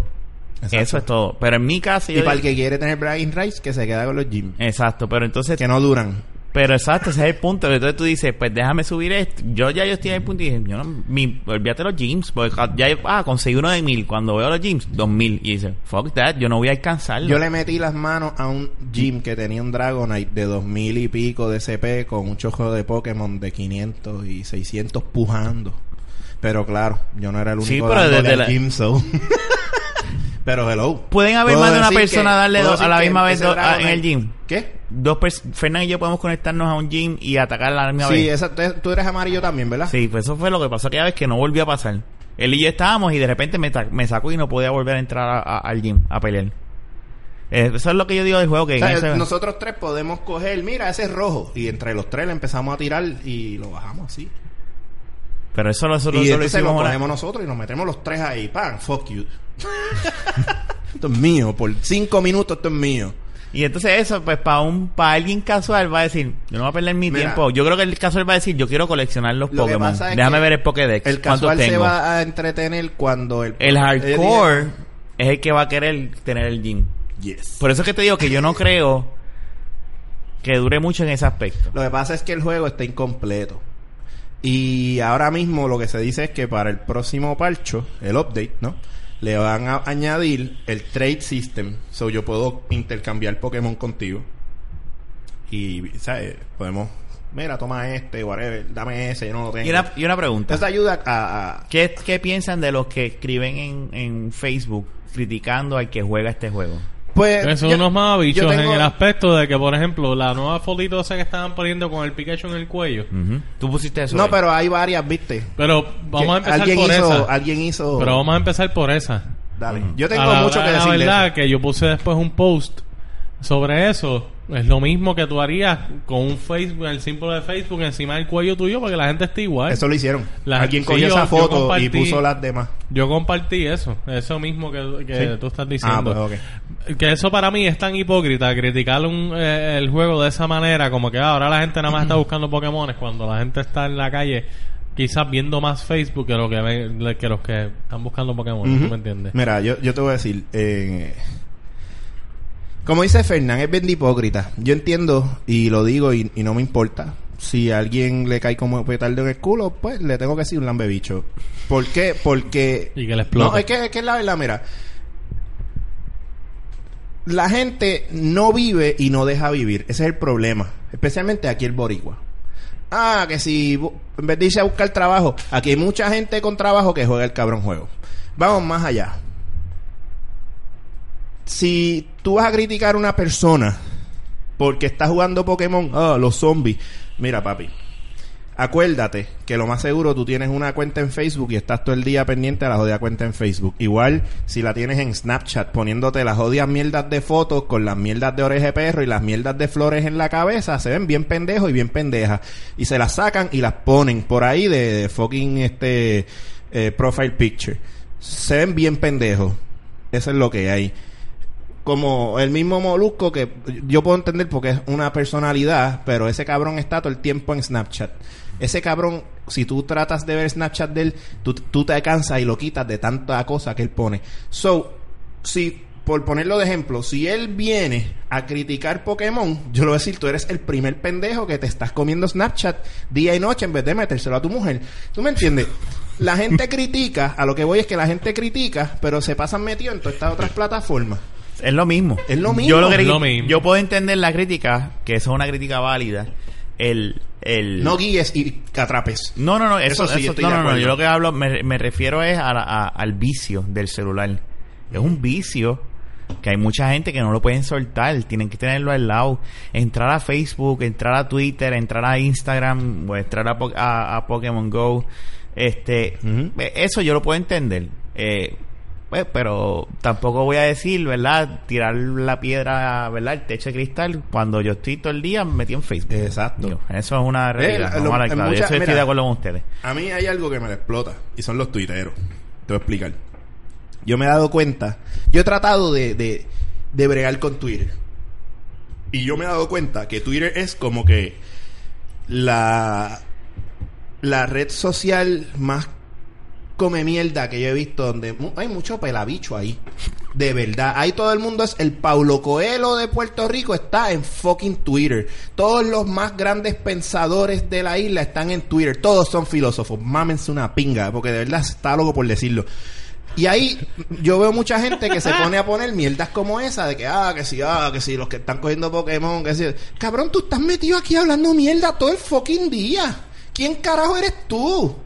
C: Exacto.
A: Eso es todo. Pero en mi caso,
C: Y
A: yo
C: para el
A: digo-
C: que quiere tener Brian Rice, que se queda con los gym.
A: Exacto, pero entonces,
C: Que no duran.
A: pero exacto, ese es el punto. Entonces tú dices, pues déjame subir esto. Yo ya yo estoy en el punto y dije, yo no, mi, olvídate los gyms, porque ca- ya yo- ah, conseguí uno de mil. Cuando veo los gyms, dos mil. Y dice, fuck that, yo no voy a alcanzarlo.
C: Yo le metí las manos a un gym que tenía un Dragonite de 2000 y pico de CP con un chojo de Pokémon de 500 y 600 pujando. Pero claro, yo no era el único
A: Sí, pero
C: dándole
A: desde
C: al
A: la-
C: gym, so. pero hello.
A: Pueden haber
C: Puedo
A: más de una
C: decir
A: persona
C: que-
A: darle
C: puedo
A: dos- a
C: decir
A: la
C: que
A: misma vez
C: ese
A: dos- a- en
C: Dragonite-
A: el gym.
C: ¿Qué?
A: Dos pers- Fernan y yo podemos conectarnos a un gym y atacar a la misma
C: Sí,
A: vez.
C: esa, tú tú eres amarillo también, ¿verdad?
A: Sí, pues eso fue lo que pasó aquella vez que no volvió a pasar. Él y yo estábamos y de repente me, ta- me sacó y no podía volver a entrar a- a- al gym a pelear. Eh, Eso es lo que yo digo del juego. Que
C: O
A: en
C: sea,
A: ese-
C: nosotros tres podemos coger, mira, ese es rojo. Y entre los tres le empezamos a tirar y lo bajamos así.
A: Pero eso, lo- eso lo-
C: y
A: eso lo
C: entonces lo
A: hicimos una-
C: ponemos nosotros y nos metemos los tres ahí. ¡Pam! ¡Fuck you! esto es mío. Por cinco minutos esto es mío.
A: Y entonces eso, pues para un para alguien casual va a decir, yo no voy a perder mi
C: Mira.
A: tiempo. Yo creo que el casual va a decir, yo quiero coleccionar los
C: Lo que
A: Pokémon.
C: pasa es
A: Déjame
C: que
A: ver el Pokédex.
C: El
A: ¿Cuántos
C: casual se
A: tengo?
C: va a entretener cuando el...
A: El hardcore es el que va a querer tener el gym.
C: Yes.
A: Por eso es que te digo que yo no creo que dure mucho en ese aspecto.
C: Lo que pasa es que el juego está incompleto. Y ahora mismo lo que se dice es que para el próximo parcho, el update, ¿no? Le van a añadir el trade system. So yo puedo intercambiar Pokémon contigo. Y, ¿sabes? Podemos. Mira, toma este, whatever. Dame ese, yo no lo tengo.
A: Y una, y una pregunta.
C: Eso ayuda a. a-
A: ¿Qué, qué piensan de los que escriben en, en Facebook criticando al que juega este juego?
C: Pues.
B: Son
C: yo-
B: unos
C: yo
B: mamabichos
C: tengo-
B: en el aspecto de que, por ejemplo, la nueva fotito esa que estaban poniendo con el Pikachu en el cuello.
A: Ujú. Tú pusiste eso.
C: No,
A: ahí.
C: pero hay varias, ¿viste?
B: Pero vamos a
C: Que
B: empezar
C: alguien
B: por
C: hizo,
B: esa.
C: Alguien hizo.
B: Pero vamos a empezar por esa.
C: Dale. Yo
B: A Mm.
C: tengo
B: la
C: mucho
B: hora
C: que
B: de la
C: decirle.
B: verdad que yo puse después un post sobre eso. Es lo mismo que tú harías con un Facebook, el símbolo de Facebook encima del cuello tuyo para que la gente esté igual.
C: Eso lo hicieron.
B: La-
C: Alguien
B: sí,
C: cogió
B: yo-
C: esa
B: yo
C: foto y
B: compartí-
C: puso las demás.
B: Yo compartí eso, eso mismo que, que
C: Sí.
B: tú estás
C: Ah,
B: diciendo.
C: pues ok.
B: Que eso para mí es tan hipócrita, criticar un, eh, el juego de esa manera, como que ah, ahora la gente nada más está buscando Pokémones cuando la gente está en la calle quizás viendo más Facebook que, lo que, ven- que los que están buscando Pokémon,
C: Ujú.
B: ¿tú me entiendes?
C: Mira, yo, yo te voy a decir. eh, como dice Fernán, es bien hipócrita. Yo entiendo y lo digo y, y no me importa. Si a alguien le cae como petardo en el culo, pues le tengo que decir un lambebicho. ¿Por qué? Porque.
B: Y que le explote.
C: No, es que, es que es la verdad, mira. La gente no vive y no deja vivir. Ese es el problema. Especialmente aquí el Boricua. Ah, que si bu- en vez de irse a buscar trabajo, aquí hay mucha gente con trabajo que juega el cabrón juego. Vamos más allá. Si tú vas a criticar a una persona porque está jugando Pokémon, ah, los zombies. Mira, papi. Acuérdate que lo más seguro tú tienes una cuenta en Facebook y estás todo el día pendiente a la jodida cuenta en Facebook. Igual si la tienes en Snapchat poniéndote las jodidas mierdas de fotos con las mierdas de oreja de perro y las mierdas de flores en la cabeza, se ven bien pendejos y bien pendejas. Y se las sacan y las ponen por ahí de, de fucking este eh, profile picture. Se ven bien pendejos. Eso es lo que hay como el mismo Molusco que yo puedo entender porque es una personalidad, pero ese cabrón está todo el tiempo en Snapchat. Ese cabrón, si tú tratas de ver Snapchat de él, tú, tú te cansas y lo quitas de tanta cosa que él pone. So, si, por ponerlo de ejemplo, si él viene a criticar Pokémon, yo le voy a decir, tú eres el primer pendejo que te estás comiendo Snapchat día y noche en vez de metérselo a tu mujer. ¿Tú me entiendes? La gente critica, a lo que voy es que la gente critica, pero se pasan metidos en todas estas otras plataformas.
A: Es lo mismo.
C: Es lo mismo.
A: Yo, que-
B: Es lo mismo.
A: yo puedo entender la crítica, que eso es una crítica válida. El, el,
C: No guíes y atrapes.
A: no, no, no, eso,
C: Eso sí,
A: eso-
C: estoy
A: no,
C: de
A: no, no,
C: acuerdo.
A: Yo lo que hablo, me, me refiero es a la- a- al vicio del celular. Es un vicio que hay mucha gente que no lo pueden soltar. Tienen que tenerlo al lado. Entrar a Facebook, entrar a Twitter, entrar a Instagram, o entrar a, Po- a- a Pokémon Go. Este,
C: Ujú.
A: eh, eso yo lo puedo entender. Eh, pues, pero tampoco voy a decir, ¿verdad? Tirar la piedra, ¿verdad? El techo de cristal cuando yo estoy todo el día metido en Facebook.
C: Exacto.
A: Digo, eso es una realidad.
C: Eh, lo-
A: vamos a la
C: en
A: clara.
C: mucha-
A: Eso estoy
C: mira.
A: de acuerdo con ustedes.
C: A mí hay algo que me explota y son los tuiteros. Te voy a explicar. Yo me he dado cuenta. Yo he tratado de, de, de bregar con Twitter. Y yo me he dado cuenta que Twitter es como que la, la red social más come mierda que yo he visto donde mu- hay mucho pelabicho ahí. De verdad, ahí todo el mundo es el Paulo Coelho de Puerto Rico está en fucking Twitter. Todos los más grandes pensadores de la isla están en Twitter. Todos son filósofos. Mámense una pinga, porque de verdad está loco por decirlo. Y ahí yo veo mucha gente que se pone a poner mierdas como esa de que ah, que sí, ah, que sí, los que están cogiendo Pokémon, que sí. Cabrón, tú estás metido aquí hablando mierda todo el fucking día. ¿Quién carajo eres tú?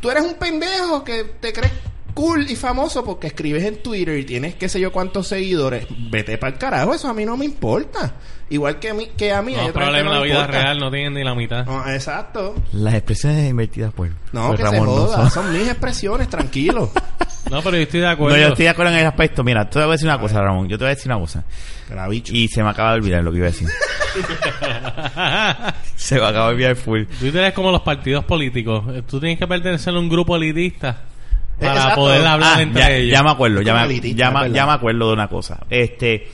C: Tú eres un pendejo que te crees cool y famoso porque escribes en Twitter y tienes qué sé yo cuántos seguidores, vete para el carajo, eso a mí no me importa. Igual que a mí, que a mí hay
B: No,
C: otra gente
B: problema en
C: no
B: la
C: le
B: vida
C: importa.
B: real, no tienen ni la mitad.
C: Ah, exacto.
A: Las expresiones invertidas pues. por.
C: No,
A: por
C: que
A: Ramón
C: se
A: no
C: joda,
A: son-
C: son mis expresiones, tranquilo.
B: No, pero yo estoy de
A: No,
B: acuerdo.
A: yo estoy de acuerdo en el aspecto. Mira, te voy a decir una cosa, Ramón. Yo te voy a decir una cosa.
C: Gravicho.
A: Y se me acaba de olvidar lo que iba a decir. se me acaba de olvidar full.
B: Twitter es como los partidos políticos. Tú tienes que pertenecer a un grupo elitista para
C: Exacto.
B: poder hablar
A: Ah,
B: entre
A: ya,
B: ellos.
A: ya me acuerdo, ya me,
C: Elitista,
A: ya me-
C: ¿verdad?
A: ya me acuerdo de una cosa. Este,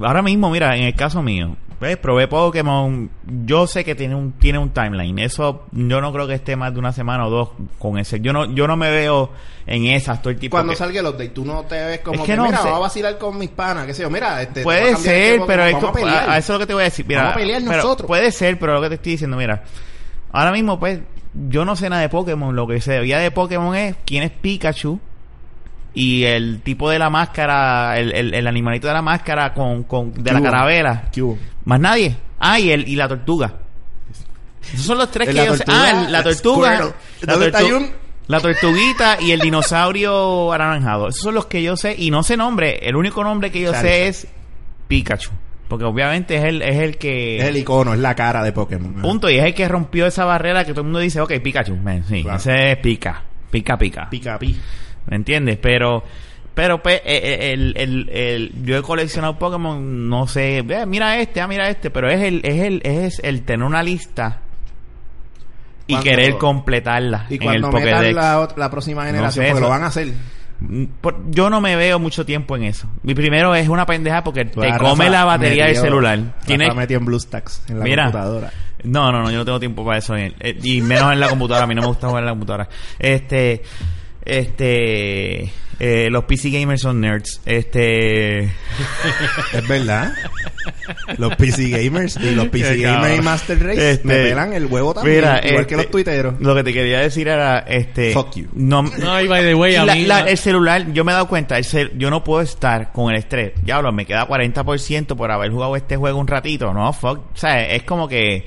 A: ahora mismo, mira, en el caso mío, ¿ves? probé Pokémon. Yo sé que tiene un tiene un timeline. Eso yo no creo que esté más de una semana o dos con ese. Yo no yo no me veo en esas todo el tipo.
C: Cuando
A: que-
C: salga el update, tú no te ves como
A: Es
C: que,
A: que no
C: mira,
A: sé.
C: voy a vacilar con mis panas, qué sé yo, mira, este, voy a
A: Puede
C: cambiar el
A: ser,
C: tiempo,
A: pero es
C: vamos a
A: como-
C: pelear.
A: a, a eso es lo que te voy a decir. Mira,
C: Vamos a pelear
A: pero
C: nosotros.
A: Puede ser, pero lo que te estoy diciendo, mira. Ahora mismo, pues, yo no sé nada de Pokémon. Lo que se debía de Pokémon es quién es Pikachu y el tipo de la máscara, el, el, el animalito de la máscara con, con de la
C: Cubo.
A: carabela.
C: ¿Qué hubo?
A: Más nadie. Ah, y, el, y la tortuga. Esos son los tres
C: Eh,
A: que
C: la
A: yo sé.
C: tortuga,
A: Ah, el- la
C: la
A: tortuga.
C: Squirtle. ¿Dónde está
A: tortu-
C: Jun?
A: La tortuguita y el dinosaurio anaranjado. Esos son los que yo sé. Y no sé nombre. El único nombre que yo
C: Charizard.
A: sé es Pikachu. Porque obviamente es el, es el que.
C: Es el icono, es la cara de Pokémon.
A: punto. Y es el que rompió esa barrera que todo el mundo dice, ok, Pikachu. man, sí,
C: Claro.
A: ese es Pica. Pica, pica.
C: Pica, pi.
A: ¿Me entiendes? Pero, pero pues, eh, eh, el, el, el- yo he coleccionado Pokémon, no sé, eh, mira este, ah, mira este, pero es el, es el, es el tener una lista y
C: Cuando-
A: querer completarla
C: Y
A: en el
C: cuando metan
A: Pokédex.
C: la, ot- la próxima generación,
A: sé,
C: porque
A: eso-
C: lo van a hacer.
A: Mm, por- yo no me veo mucho tiempo en eso. Mi primero es una pendeja porque te
C: Rafa
A: come la batería del
C: metió-
A: celular.
C: Rafa
A: Tiene-
C: metió en BlueStacks, en la
A: Mira.
C: computadora.
A: No, no, no, yo no tengo tiempo para eso. eh, eh, Y menos en la computadora. A mí no me gusta jugar en la computadora. Este. Este. eh, los PC gamers son nerds. Este.
C: Es verdad. Los PC gamers y los PC
A: Qué Este, cabrón.
C: gamers y Master Race
A: Este,
C: me pelan el huevo también,
A: mira,
C: igual
A: este,
C: que los tuiteros.
A: Lo que te quería decir era. Este.
C: Fuck you.
A: No,
B: No, y by the way, a
A: la-
B: mí...
A: la-
B: ¿no?
A: el celular, yo me he dado cuenta, el cel- yo no puedo estar con el estrés. Ya hablo, me queda 40% por haber jugado este juego un ratito. No, fuck. O sea, es como que.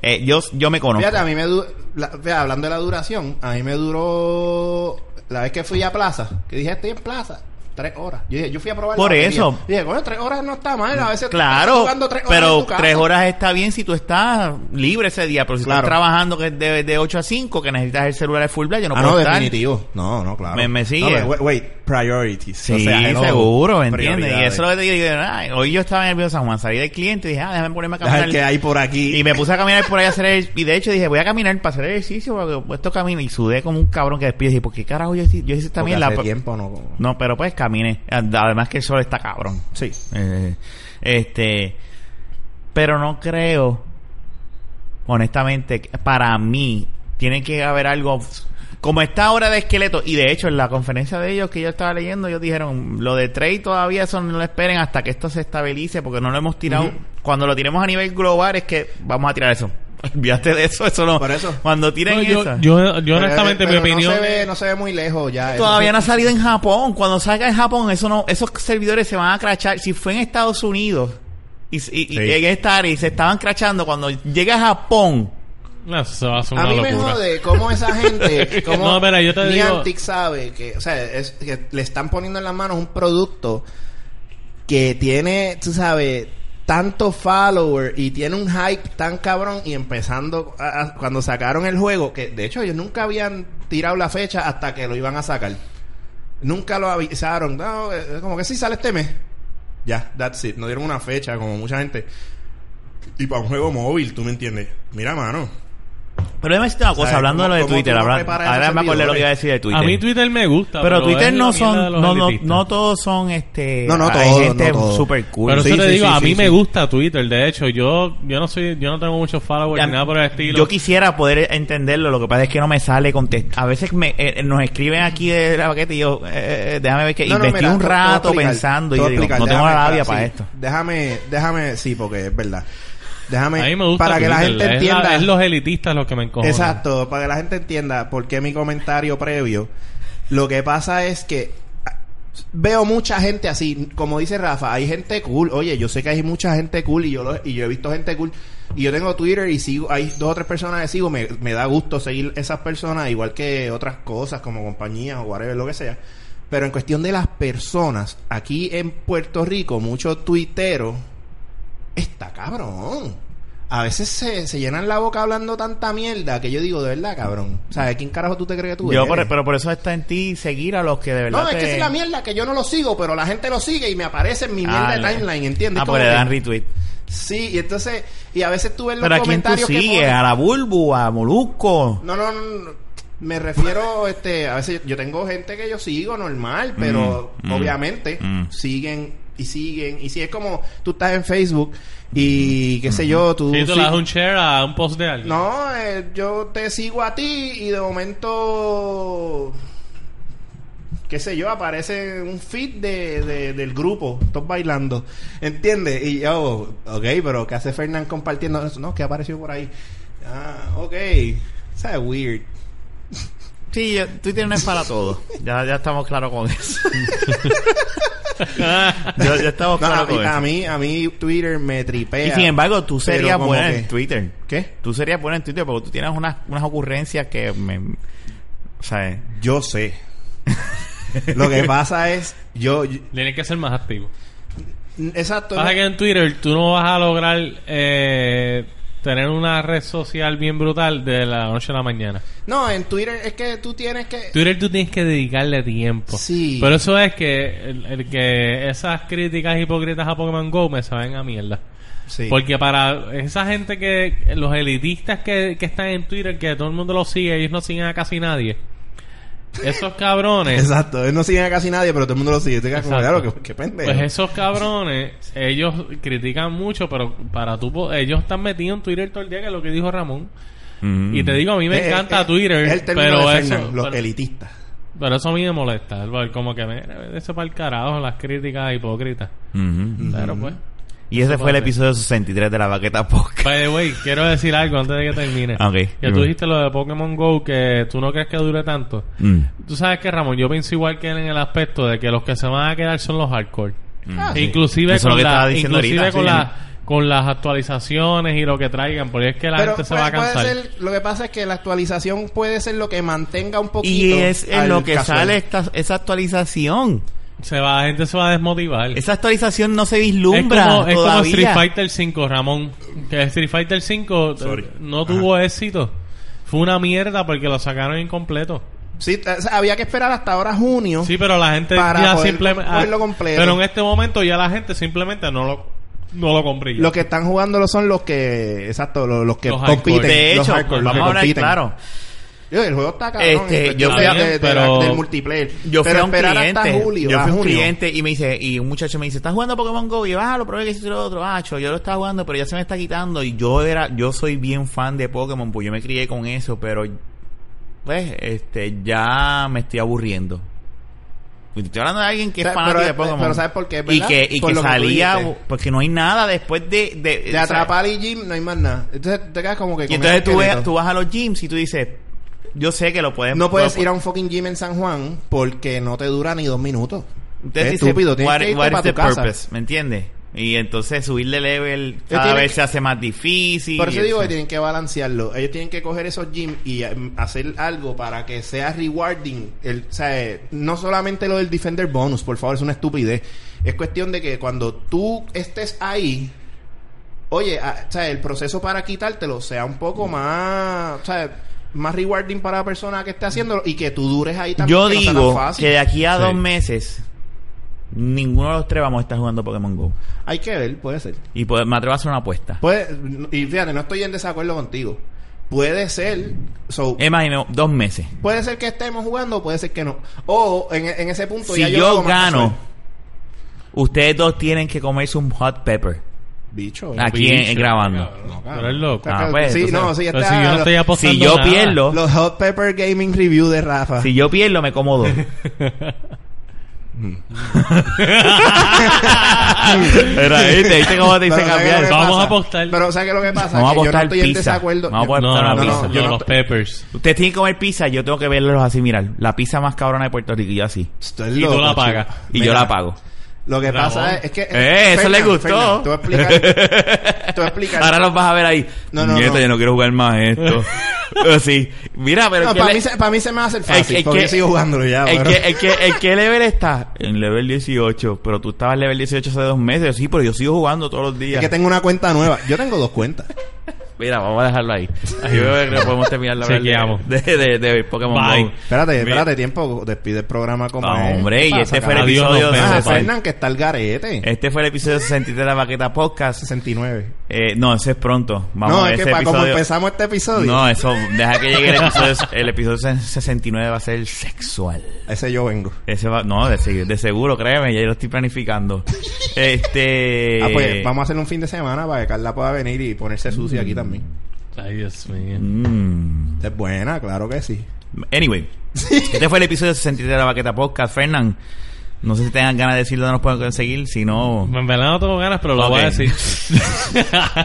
A: eh, yo, yo me conozco.
C: Fíjate, a mí me du- la- fíjate, hablando de la duración, a mí me duró la vez que fui a plaza, que dije estoy en plaza, tres horas. Yo dije, yo fui a probar. la
A: Por
C: batería.
A: eso.
C: Dije, bueno, tres horas no está mal, a veces estás
A: Claro,
C: jugando tres horas en
A: pero
C: tu casa.
A: tres horas está bien si tú estás libre ese día, pero si
C: Claro.
A: estás trabajando que es de, de 8 a 5, que necesitas el celular de full blast, yo no
C: ah,
A: puedo
C: no,
A: estar.
C: definitivo. No, no, claro.
A: Me- me sigue.
C: No, pero wait, wait, priorities.
A: Sí,
C: O sea, hello,
A: seguro, ¿me entiendes? Y
C: prioridades.
A: eso es lo que te digo, ay, hoy yo estaba en el Viejo San Juan, salí del cliente y dije, ah, déjame ponerme a
C: Deja
A: caminar.
C: el que hay por aquí.
A: Y me puse a caminar por ahí a hacer el... Y de hecho dije, voy a caminar para hacer ejercicio, porque esto camina. Y sudé como un cabrón que despide. Y dije, ¿por qué carajo yo, hice- yo hice
C: Porque
A: también la...
C: hace tiempo no.
A: No, pero pues caminé. Además que el sol está cabrón.
C: Sí.
A: Eh, este, pero no creo, honestamente, que para mí, tiene que haber algo. Como está ahora de esqueleto, y de hecho en la conferencia de ellos que yo estaba leyendo, ellos dijeron, lo de trade todavía eso no lo esperen hasta que esto se estabilice, porque no lo hemos tirado. Cuando lo tiremos a nivel global es que vamos a tirar eso. Olvídate de eso, eso no.
C: Por eso.
A: Cuando tiren
B: No, yo,
A: esa-
B: yo, yo honestamente,
C: Pero-
B: mi
C: pero
B: opinión...
C: No se, ve, no se ve muy lejos ya. eso.
A: Todavía no ha salido en Japón. Cuando salga en Japón, eso no, esos servidores se van a crachar. Si fue en Estados Unidos y, y, y
C: Sí.
A: llegué a estar y se estaban crachando, cuando llegue a Japón,
B: No, eso va a ser
C: A
B: una
C: mí me
B: locura.
C: jode cómo esa gente, cómo
B: No, espera, yo te digo-
C: Niantic sabe que, o sea, es, que le están poniendo en las manos un producto que tiene, tú sabes, tanto follower y tiene un hype tan cabrón y empezando a- a- cuando sacaron el juego, que de hecho ellos nunca habían tirado la fecha hasta que lo iban a sacar. Nunca lo avisaron, no, eh, como que sí sale este mes. Ya, that's it. No dieron una fecha como mucha gente. Y para un juego móvil, tú me entiendes. Mira, mano.
A: pero déjame decirte una cosa,
C: ¿Sabes?
A: hablando de lo de
C: ¿Cómo-
A: Twitter,
C: cómo tú
A: ahora,
C: preparas
A: ahora
C: esos
A: me acordé lo que iba a
C: servidores?
A: decir de Twitter.
B: A mí Twitter me gusta.
A: pero Twitter
B: es la
A: no
B: mierda de
A: son,
B: los
A: no, no,
B: elitistas.
A: no todos son este,
C: No, no
A: hay
C: todos,
A: gente
C: no todos.
A: super cool.
B: Pero
C: Sí,
B: eso te
C: sí,
B: digo,
C: sí,
B: a
C: sí,
B: mí
C: sí.
B: me gusta Twitter. De hecho, yo, yo no soy, yo no tengo muchos followers ni nada por el estilo.
A: Yo quisiera poder entenderlo, lo que pasa es que no me sale contestar. A veces me, eh, eh, nos escriben aquí de la baqueta y yo, eh, eh, déjame ver que
C: No, no,
A: investí
C: mira,
A: un
C: te- te voy a
A: rato
C: explicar,
A: pensando
C: te
A: y
C: voy
A: yo
C: a
A: digo,
C: explicar,
A: no tengo la
C: déjame,
A: labia
C: sí,
A: para esto.
C: Déjame, déjame, sí, porque es verdad. Déjame,
B: a mí me gusta
C: para que la
B: Twitter.
C: gente
B: Es
C: entienda.
B: Es, los elitistas los que me encojonan.
C: Exacto, para que la gente entienda por qué mi comentario previo. Lo que pasa es que ah, veo mucha gente así, como dice Rafa, hay gente cool. Oye, yo sé que hay mucha gente cool y yo lo- y yo he visto gente cool. Y yo tengo Twitter y sigo, hay dos o tres personas que sigo, me, me da gusto seguir esas personas, igual que otras cosas como compañías o whatever, lo que sea. Pero en cuestión de las personas, aquí en Puerto Rico, muchos tuiteros, está cabrón. A veces se, se llenan la boca hablando tanta mierda que yo digo, de verdad, cabrón. O sea, ¿quién carajo tú te crees que tú
A: Yo,
C: eres?
A: por- e- pero por eso está en ti seguir a los que de verdad.
C: No, es que
A: te-
C: esa es la mierda que yo no lo sigo, pero la gente lo sigue y me aparece en mi mierda
A: Ah,
C: de timeline, ¿entiendes?
A: Ah,
C: Como
A: pues le
C: que-
A: dan retweet.
C: Sí, y entonces, y a veces tú ves los
A: Pero a quién tú
C: comentarios que
A: sigues, Ah.
C: ponen-
A: a la Bulbu, a Molusco.
C: No, no, no, no. me refiero, este, a veces yo tengo gente que yo sigo normal, pero
A: Mm, mm,
C: obviamente
A: mm.
C: siguen y siguen, y si es como tú estás en Facebook y qué sé yo, tú...
B: Sí, tú
C: sí-
B: le das un share a un post de alguien.
C: No, eh, yo te sigo a ti y de momento, qué sé yo, aparece un feed de, de- del grupo, todos bailando, ¿entiendes? Y yo, ok, pero ¿qué hace Fernán compartiendo eso? No, que apareció por ahí. Ah, ok, Eso es weird.
A: Sí, yo- Twitter no es para todo. Ya, ya estamos claros con eso. ya, ya estamos
C: No, a,
A: claros
C: mí,
A: con
C: a,
A: eso.
C: mí, a mí Twitter me tripea.
A: Y sin embargo, tú
C: Pero
A: serías
C: como
A: buena en
C: que-
A: Twitter.
C: ¿Qué?
A: Tú serías buena en Twitter porque tú tienes unas, unas ocurrencias que me... O sea,
C: Yo sé. Lo que pasa es, yo, yo-
B: Tienes que ser más activo.
C: exacto.
B: Pasa que en Twitter tú no vas a lograr eh, tener una red social bien brutal de la noche a la mañana.
C: No, en Twitter es que tú tienes que...
B: Twitter tú tienes que dedicarle tiempo.
C: Sí.
B: Por eso es que, el, el que esas críticas hipócritas a Pokémon Go me saben a mierda.
C: Sí.
B: Porque para esa gente que, los elitistas que, que están en Twitter, que todo el mundo los sigue, ellos no siguen a casi nadie. Esos cabrones.
C: Exacto, él no sigue a casi nadie, pero todo el mundo lo sigue. Te quedas como,
B: Exacto.
C: claro, qué, qué pendejo.
B: Pues esos cabrones, ellos critican mucho, pero para tú, po- ellos están metidos en Twitter todo el día, que es lo que dijo Ramón.
A: Mm.
B: Y te digo, a mí me
C: Es-
B: encanta
C: es-
B: Twitter,
C: Eh, es el término
B: pero,
C: de
B: eso,
C: Fernan, los
B: pero,
C: elitistas.
B: pero eso a mí me molesta. el- Como que me eso para el carajo, las críticas hipócritas.
C: Mm-hmm.
B: Pero pues.
A: Y ese fue el episodio 63 de la Baqueta Podcast.
B: By the way, quiero decir algo antes de que termine.
A: Ok,
B: Que
A: dime.
B: tú dijiste lo de Pokémon Go, que tú no crees que dure tanto.
C: Mm.
B: Tú sabes que, Ramón, yo pienso igual que él en el aspecto de que los que se van a quedar son los hardcore.
A: Mm.
C: Ah, sí.
B: E Inclusive,
A: Eso es lo
B: con,
A: que estaba
B: la-
A: diciendo
B: inclusive
A: ahorita,
B: con,
A: sí.
B: la- con las actualizaciones y lo que traigan, porque es que la
C: Pero
B: gente se
C: puede-
B: va a
C: puede
B: cansar.
C: ser- lo que pasa es que la actualización puede ser lo que mantenga un
A: Y
C: poquito.
A: es en
C: al
A: lo que
C: casual.
A: sale esta, esa actualización.
B: Se va, la gente se va a desmotivar.
A: Esa actualización no se
B: es
A: vislumbra
B: como, es como
A: todavía.
B: Street Fighter 5, Ramón. Que Street Fighter 5
C: Sorry.
B: no tuvo éxito. Fue una mierda porque lo sacaron incompleto.
C: Sí, o sea, había que esperar hasta ahora junio.
B: Sí, pero la gente
C: Para
B: ya
C: poder
B: simplemente. ah,
C: verlo completo.
B: Pero en este momento ya la gente simplemente no lo, no lo compró.
C: Los que están jugándolo son los que, exacto, los, los que
B: Los
C: compiten.
B: hardcore.
A: De
C: los
A: hecho,
C: hardcore, los
A: vamos
C: que
A: a hablar
C: compiten.
A: claro.
C: Yo, el juego está cabrón.
A: Este,
C: en
A: yo
C: cuestión
A: fui a-
C: de- de- de la-
B: pero-
C: del multiplayer.
A: Yo fui
C: pero
A: a un
C: esperar
A: cliente.
C: hasta julio.
A: yo
C: a
A: fui a un
C: junio.
A: cliente y me dice, y un muchacho me dice, ¿estás jugando a Pokémon Go? Y yo, ah, lo probé que hice lo otro, ah, cho, yo lo estaba jugando, pero ya se me está quitando. Y yo era, yo soy bien fan de Pokémon, pues yo me crié con eso, pero pues, este, ya me estoy aburriendo. Y te Estoy hablando de alguien que es
C: Pero-
A: fanático
C: pero-
A: de Pokémon.
C: pero ¿sabes por qué?
A: Y
C: ¿Verdad?
A: que, y
C: Por
A: que
C: lo que tú
A: salía,
C: dijiste.
A: porque no hay nada después de... De,
C: De
A: o sea,
C: atrapar y Jim no hay más nada. Entonces te quedas como que.
A: Y
C: con
A: entonces
C: ese
A: tú, ves-
C: esqueleto.
A: tú vas a los gyms y tú dices, yo sé que lo puedes...
C: No puedes
A: lo-
C: ir a un fucking gym en San Juan porque no te dura ni dos minutos.
A: Entonces
C: Es
A: dice,
C: estúpido, tienes
A: what-
C: que irte
A: what is
C: para
A: the
C: tu casa.
A: purpose? ¿Me entiendes? Y entonces subirle level cada
C: tienen
A: vez
C: que-
A: se hace más difícil.
C: Por eso
A: y
C: digo que
A: eso.
C: tienen que balancearlo. Ellos tienen que coger esos gyms y em, hacer algo para que sea rewarding. El, o sea, eh, no solamente lo del Defender Bonus, por favor, es una estupidez. Es cuestión de que cuando tú estés ahí, oye, a- o sea, el proceso para quitártelo sea un
A: Mm.
C: poco más, o sea, más rewarding para la persona que esté haciéndolo y que tú dures ahí también.
A: Yo
C: que no sea tan
A: digo
C: fácil.
A: que de aquí a
B: Sí.
A: dos meses, ninguno de los tres vamos a estar jugando Pokémon Go.
C: Hay que ver, puede ser.
A: Y pues, me atrevo a hacer una apuesta.
C: Puede, y fíjate, no estoy en desacuerdo contigo. Puede ser, so,
A: Imagino, dos meses.
C: puede ser que estemos jugando, puede ser que no. O en, en ese punto
A: Si
C: pues ya
A: yo,
C: lo hago más
A: gano,
C: casual.
A: ustedes dos tienen que comerse un hot pepper.
C: bicho. eh,
A: Aquí en- en grabando.
B: Pero
C: claro.
B: es loco.
A: Ah,
C: Saca-
A: pues,
C: sí,
A: entonces-
C: no, sí,
B: Pero
C: está-
B: si yo no
C: los,
B: estoy apostando
A: Si yo
B: nada.
A: pierdo,
C: los Hot Pepper Gaming Review de Rafa.
A: si yo pierdo, me como dos. Era ahí, te viste cómo te hice
C: Pero, ¿sabes
A: cambiar.
C: lo que
B: Vamos
C: pasa?
B: a apostar.
C: Pero ¿sabes qué es lo que pasa?
A: Vamos a
C: Que yo no
A: apostar
C: estoy en
A: pizza.
C: desacuerdo.
A: Vamos a
C: Yo-
B: No,
A: apostar no,
B: la
A: no,
B: pizza,
A: yo
B: no,
C: no
B: los
C: estoy-
B: peppers.
A: Ustedes tienen que comer pizza, yo tengo que verlos así, mirar. La pizza más cabrona de Puerto Rico, y yo así.
C: Esto es
B: Y tú
C: loco,
B: la
C: chico.
B: pagas.
A: Y
C: Mira,
A: yo la pago.
C: Lo que
B: Ramón.
C: pasa es, es que...
A: Eh, eso le gustó.
C: Fernan, te voy a explicar. te voy a explicar.
A: Ahora los vas a ver ahí.
C: No, no,
A: Nieto,
C: no.
A: yo no quiero jugar más esto. Pero sí. Mira, pero.
C: No,
A: ¿qué
C: para,
A: le-
C: mí se, para mí se me va a hacer
A: el-
C: fácil,
A: el
C: porque
A: que-
C: yo sigo jugándolo ya.
A: el,
C: bueno.
A: que, el, que, el que level está en level 18, pero tú estabas en level 18 hace dos meses. Sí, pero yo sigo jugando todos los
C: Es
A: días.
C: que tengo una cuenta nueva. Yo tengo dos cuentas.
A: Mira, vamos a dejarlo ahí. Ahí veo que podemos terminar la
B: Chequeamos.
A: de, de, de, de Pokémon
B: Bye.
A: Go.
C: Espérate, espérate, tiempo. Despide el programa como
A: Ah,
C: es.
A: hombre,
C: ¿Qué
A: y
C: pasa,
A: este fue el
C: carajo?
B: Adiós,
A: episodio
B: nos
C: Ah,
B: vemos,
A: sesenta-
C: Fernan, que está el garete.
A: Este fue el episodio 63 de la Baqueta Podcast.
C: 69.
A: Eh, no, ese es pronto. Vamos
C: no,
A: a ver
C: es que
A: ese
C: para como
A: episodio.
C: empezamos este episodio,
A: No, eso, deja que llegue el episodio, el episodio 69 va a ser sexual.
C: ese yo vengo.
A: Ese va, no, de, se- de seguro, créeme, ya yo lo estoy planificando. Este.
C: Ah, pues vamos a hacer un fin de semana para que Carla pueda venir y ponerse sucia aquí también.
B: Ay, Dios mío.
A: Mm.
C: Es buena, claro que sí.
A: Anyway, este fue el episodio 63 de la Baqueta Podcast. Fernán, no sé si tengan ganas de decir dónde nos pueden conseguir, si no.
B: En verdad no tengo ganas, pero lo
A: Ok.
B: voy a decir.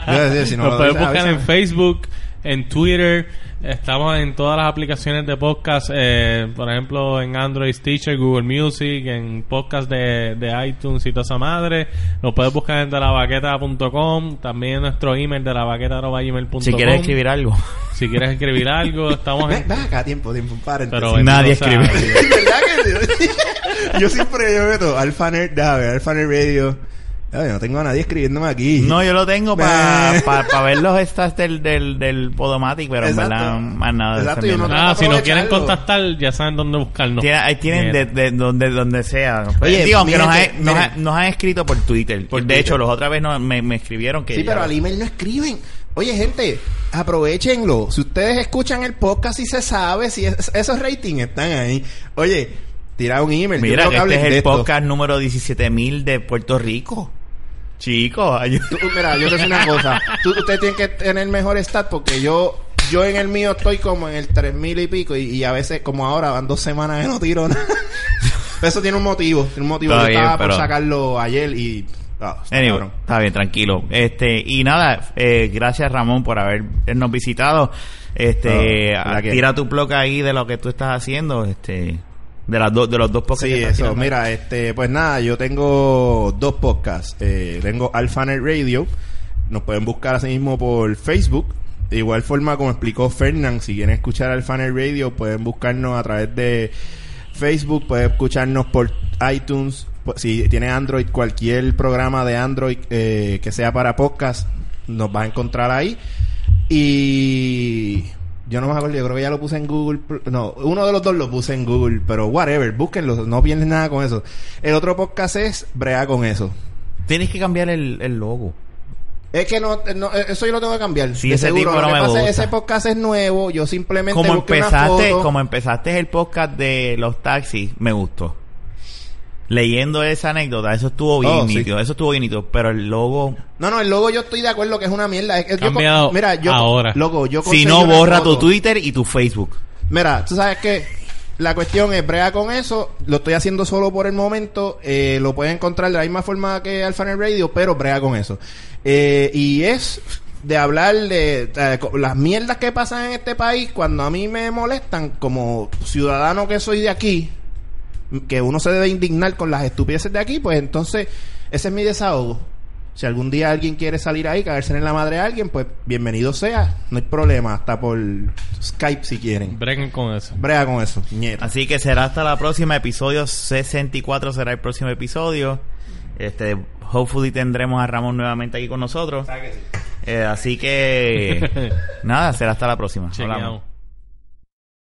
C: Yo decía, si no
B: Nos
C: lo
B: pueden
C: dices,
B: buscar en
C: avísame.
B: Facebook, en Twitter. Estamos en todas las aplicaciones de podcast. eh, por ejemplo, en Android Stitcher, Google Music, en podcast de, de iTunes y toda esa madre. Nos puedes buscar en delabaqueta.com. También en nuestro email delabaqueta.gmail.com.
A: Si quieres escribir algo.
B: Si quieres escribir algo, estamos
C: Ven,
B: en...
C: ven acá, tiempo, tiempo, un paréntesis.
B: Pero,
A: Nadie
B: bendito sea-
A: escribe.
C: ¿Verdad que sí? yo siempre yo meto Alfa Nerd, dame, Alfa Nerd Radio. Ay, no tengo a nadie escribiéndome aquí.
A: No, yo lo tengo para
C: Eh.
A: pa, pa ver los stats del, del, del Podomatic, pero en
C: Exacto.
A: verdad, más nada. de
C: Exacto,
A: esa
C: yo no-
A: mierda.
B: Nada, si nos quieren
C: Aprovecharlo.
B: contactar, ya saben dónde buscarnos.
A: Tiene- ahí tienen de,
B: Bien.
A: de donde, donde sea. Pues,
C: Oye,
A: Digo, aunque
C: miren
A: nos, ha-
C: que-
A: nos, ha-
C: miren.
A: nos han escrito por Twitter.
C: Por
A: de
C: Twitter.
A: hecho, los otra vez no- me, me escribieron que.
C: Sí,
A: ya-
C: pero al email no escriben. Oye, gente, aprovechenlo. Si ustedes escuchan el podcast y se sabe, si es- esos ratings están ahí. Oye, tira un email. Yo
A: Mira,
C: creo
A: que este
C: hablen
A: es el
C: de esto.
A: podcast número 17.000 de Puerto Rico. Chicos, ayú-
C: Tú- mira, yo te digo una cosa. Tú, ustedes tienen que tener mejor stat porque yo yo en el mío estoy como en el 3000 y pico y, y a veces como ahora van dos semanas que no tiro nada. Eso tiene un motivo, tiene un motivo.
A: Está
C: yo
A: bien,
C: estaba
A: pero-
C: por sacarlo ayer y ah, está
A: Anyway,
C: cabrón.
A: está bien, tranquilo. Este, y nada, eh, gracias Ramón por habernos visitado. Este,
C: Ah, la que-
A: tira tu bloque ahí de lo que tú estás haciendo, este, de las dos, de los dos podcasts.
C: Sí,
A: que estás
C: eso.
A: tirando.
C: Mira, este, pues nada, yo tengo dos podcasts. Eh, tengo Alphanet Radio. Nos pueden buscar así mismo por Facebook. De igual forma, como explicó Fernán, si quieren escuchar Alphanet Radio, pueden buscarnos a través de Facebook, pueden escucharnos por iTunes. Pu- Si tiene Android, cualquier programa de Android eh, que sea para podcast, nos va a encontrar ahí. Y yo no me acuerdo, yo creo que ya lo puse en Google. Pl- No, uno de los dos lo puse en Google, pero whatever, búsquenlo, no pierden nada con eso. El otro podcast es Brea con eso.
A: Tienes que cambiar el, el logo.
C: Es que no, no, eh, eso yo lo tengo que cambiar.
A: Sí,
C: de
A: ese tipo
C: Lo
A: no
C: que
A: me
C: pasa es,
A: gusta.
C: Ese podcast es nuevo, yo simplemente
A: Como
C: busqué una
A: empezaste,
C: foto.
A: como empezaste el podcast de los taxis, me gustó. Leyendo esa anécdota, eso estuvo bien
C: Oh, sí.
A: nítido, eso estuvo bien nítido, pero el logo,
C: No, no, el logo yo estoy de acuerdo que es una mierda. Es que yo con-
B: Cambiado
C: mira, yo,
B: ahora.
C: Loco, yo
A: si
C: conseguí
A: no
C: una
A: borra tu
C: foto.
A: Twitter y tu Facebook.
C: Mira, tú sabes que la cuestión es brega con eso. Lo estoy haciendo solo por el momento. Eh, lo pueden encontrar de la misma forma que Alphanet Radio, pero brega con eso. Eh, y es de hablar de eh, co- las mierdas que pasan en este país cuando a mí me molestan como ciudadano que soy de aquí que uno se debe indignar con las estupideces de aquí, pues entonces ese es mi desahogo. Si algún día alguien quiere salir ahí, caerse en la madre a alguien, pues bienvenido sea. No hay problema, hasta por Skype si quieren.
B: Breguen con eso.
C: Brega con eso, ñeta.
A: Así que será hasta la próxima episodio 64 será el próximo episodio. Este, hopefully tendremos a Ramón nuevamente aquí con nosotros. Eh, así que nada, será hasta la próxima. Hablamos.
B: Chequeamos.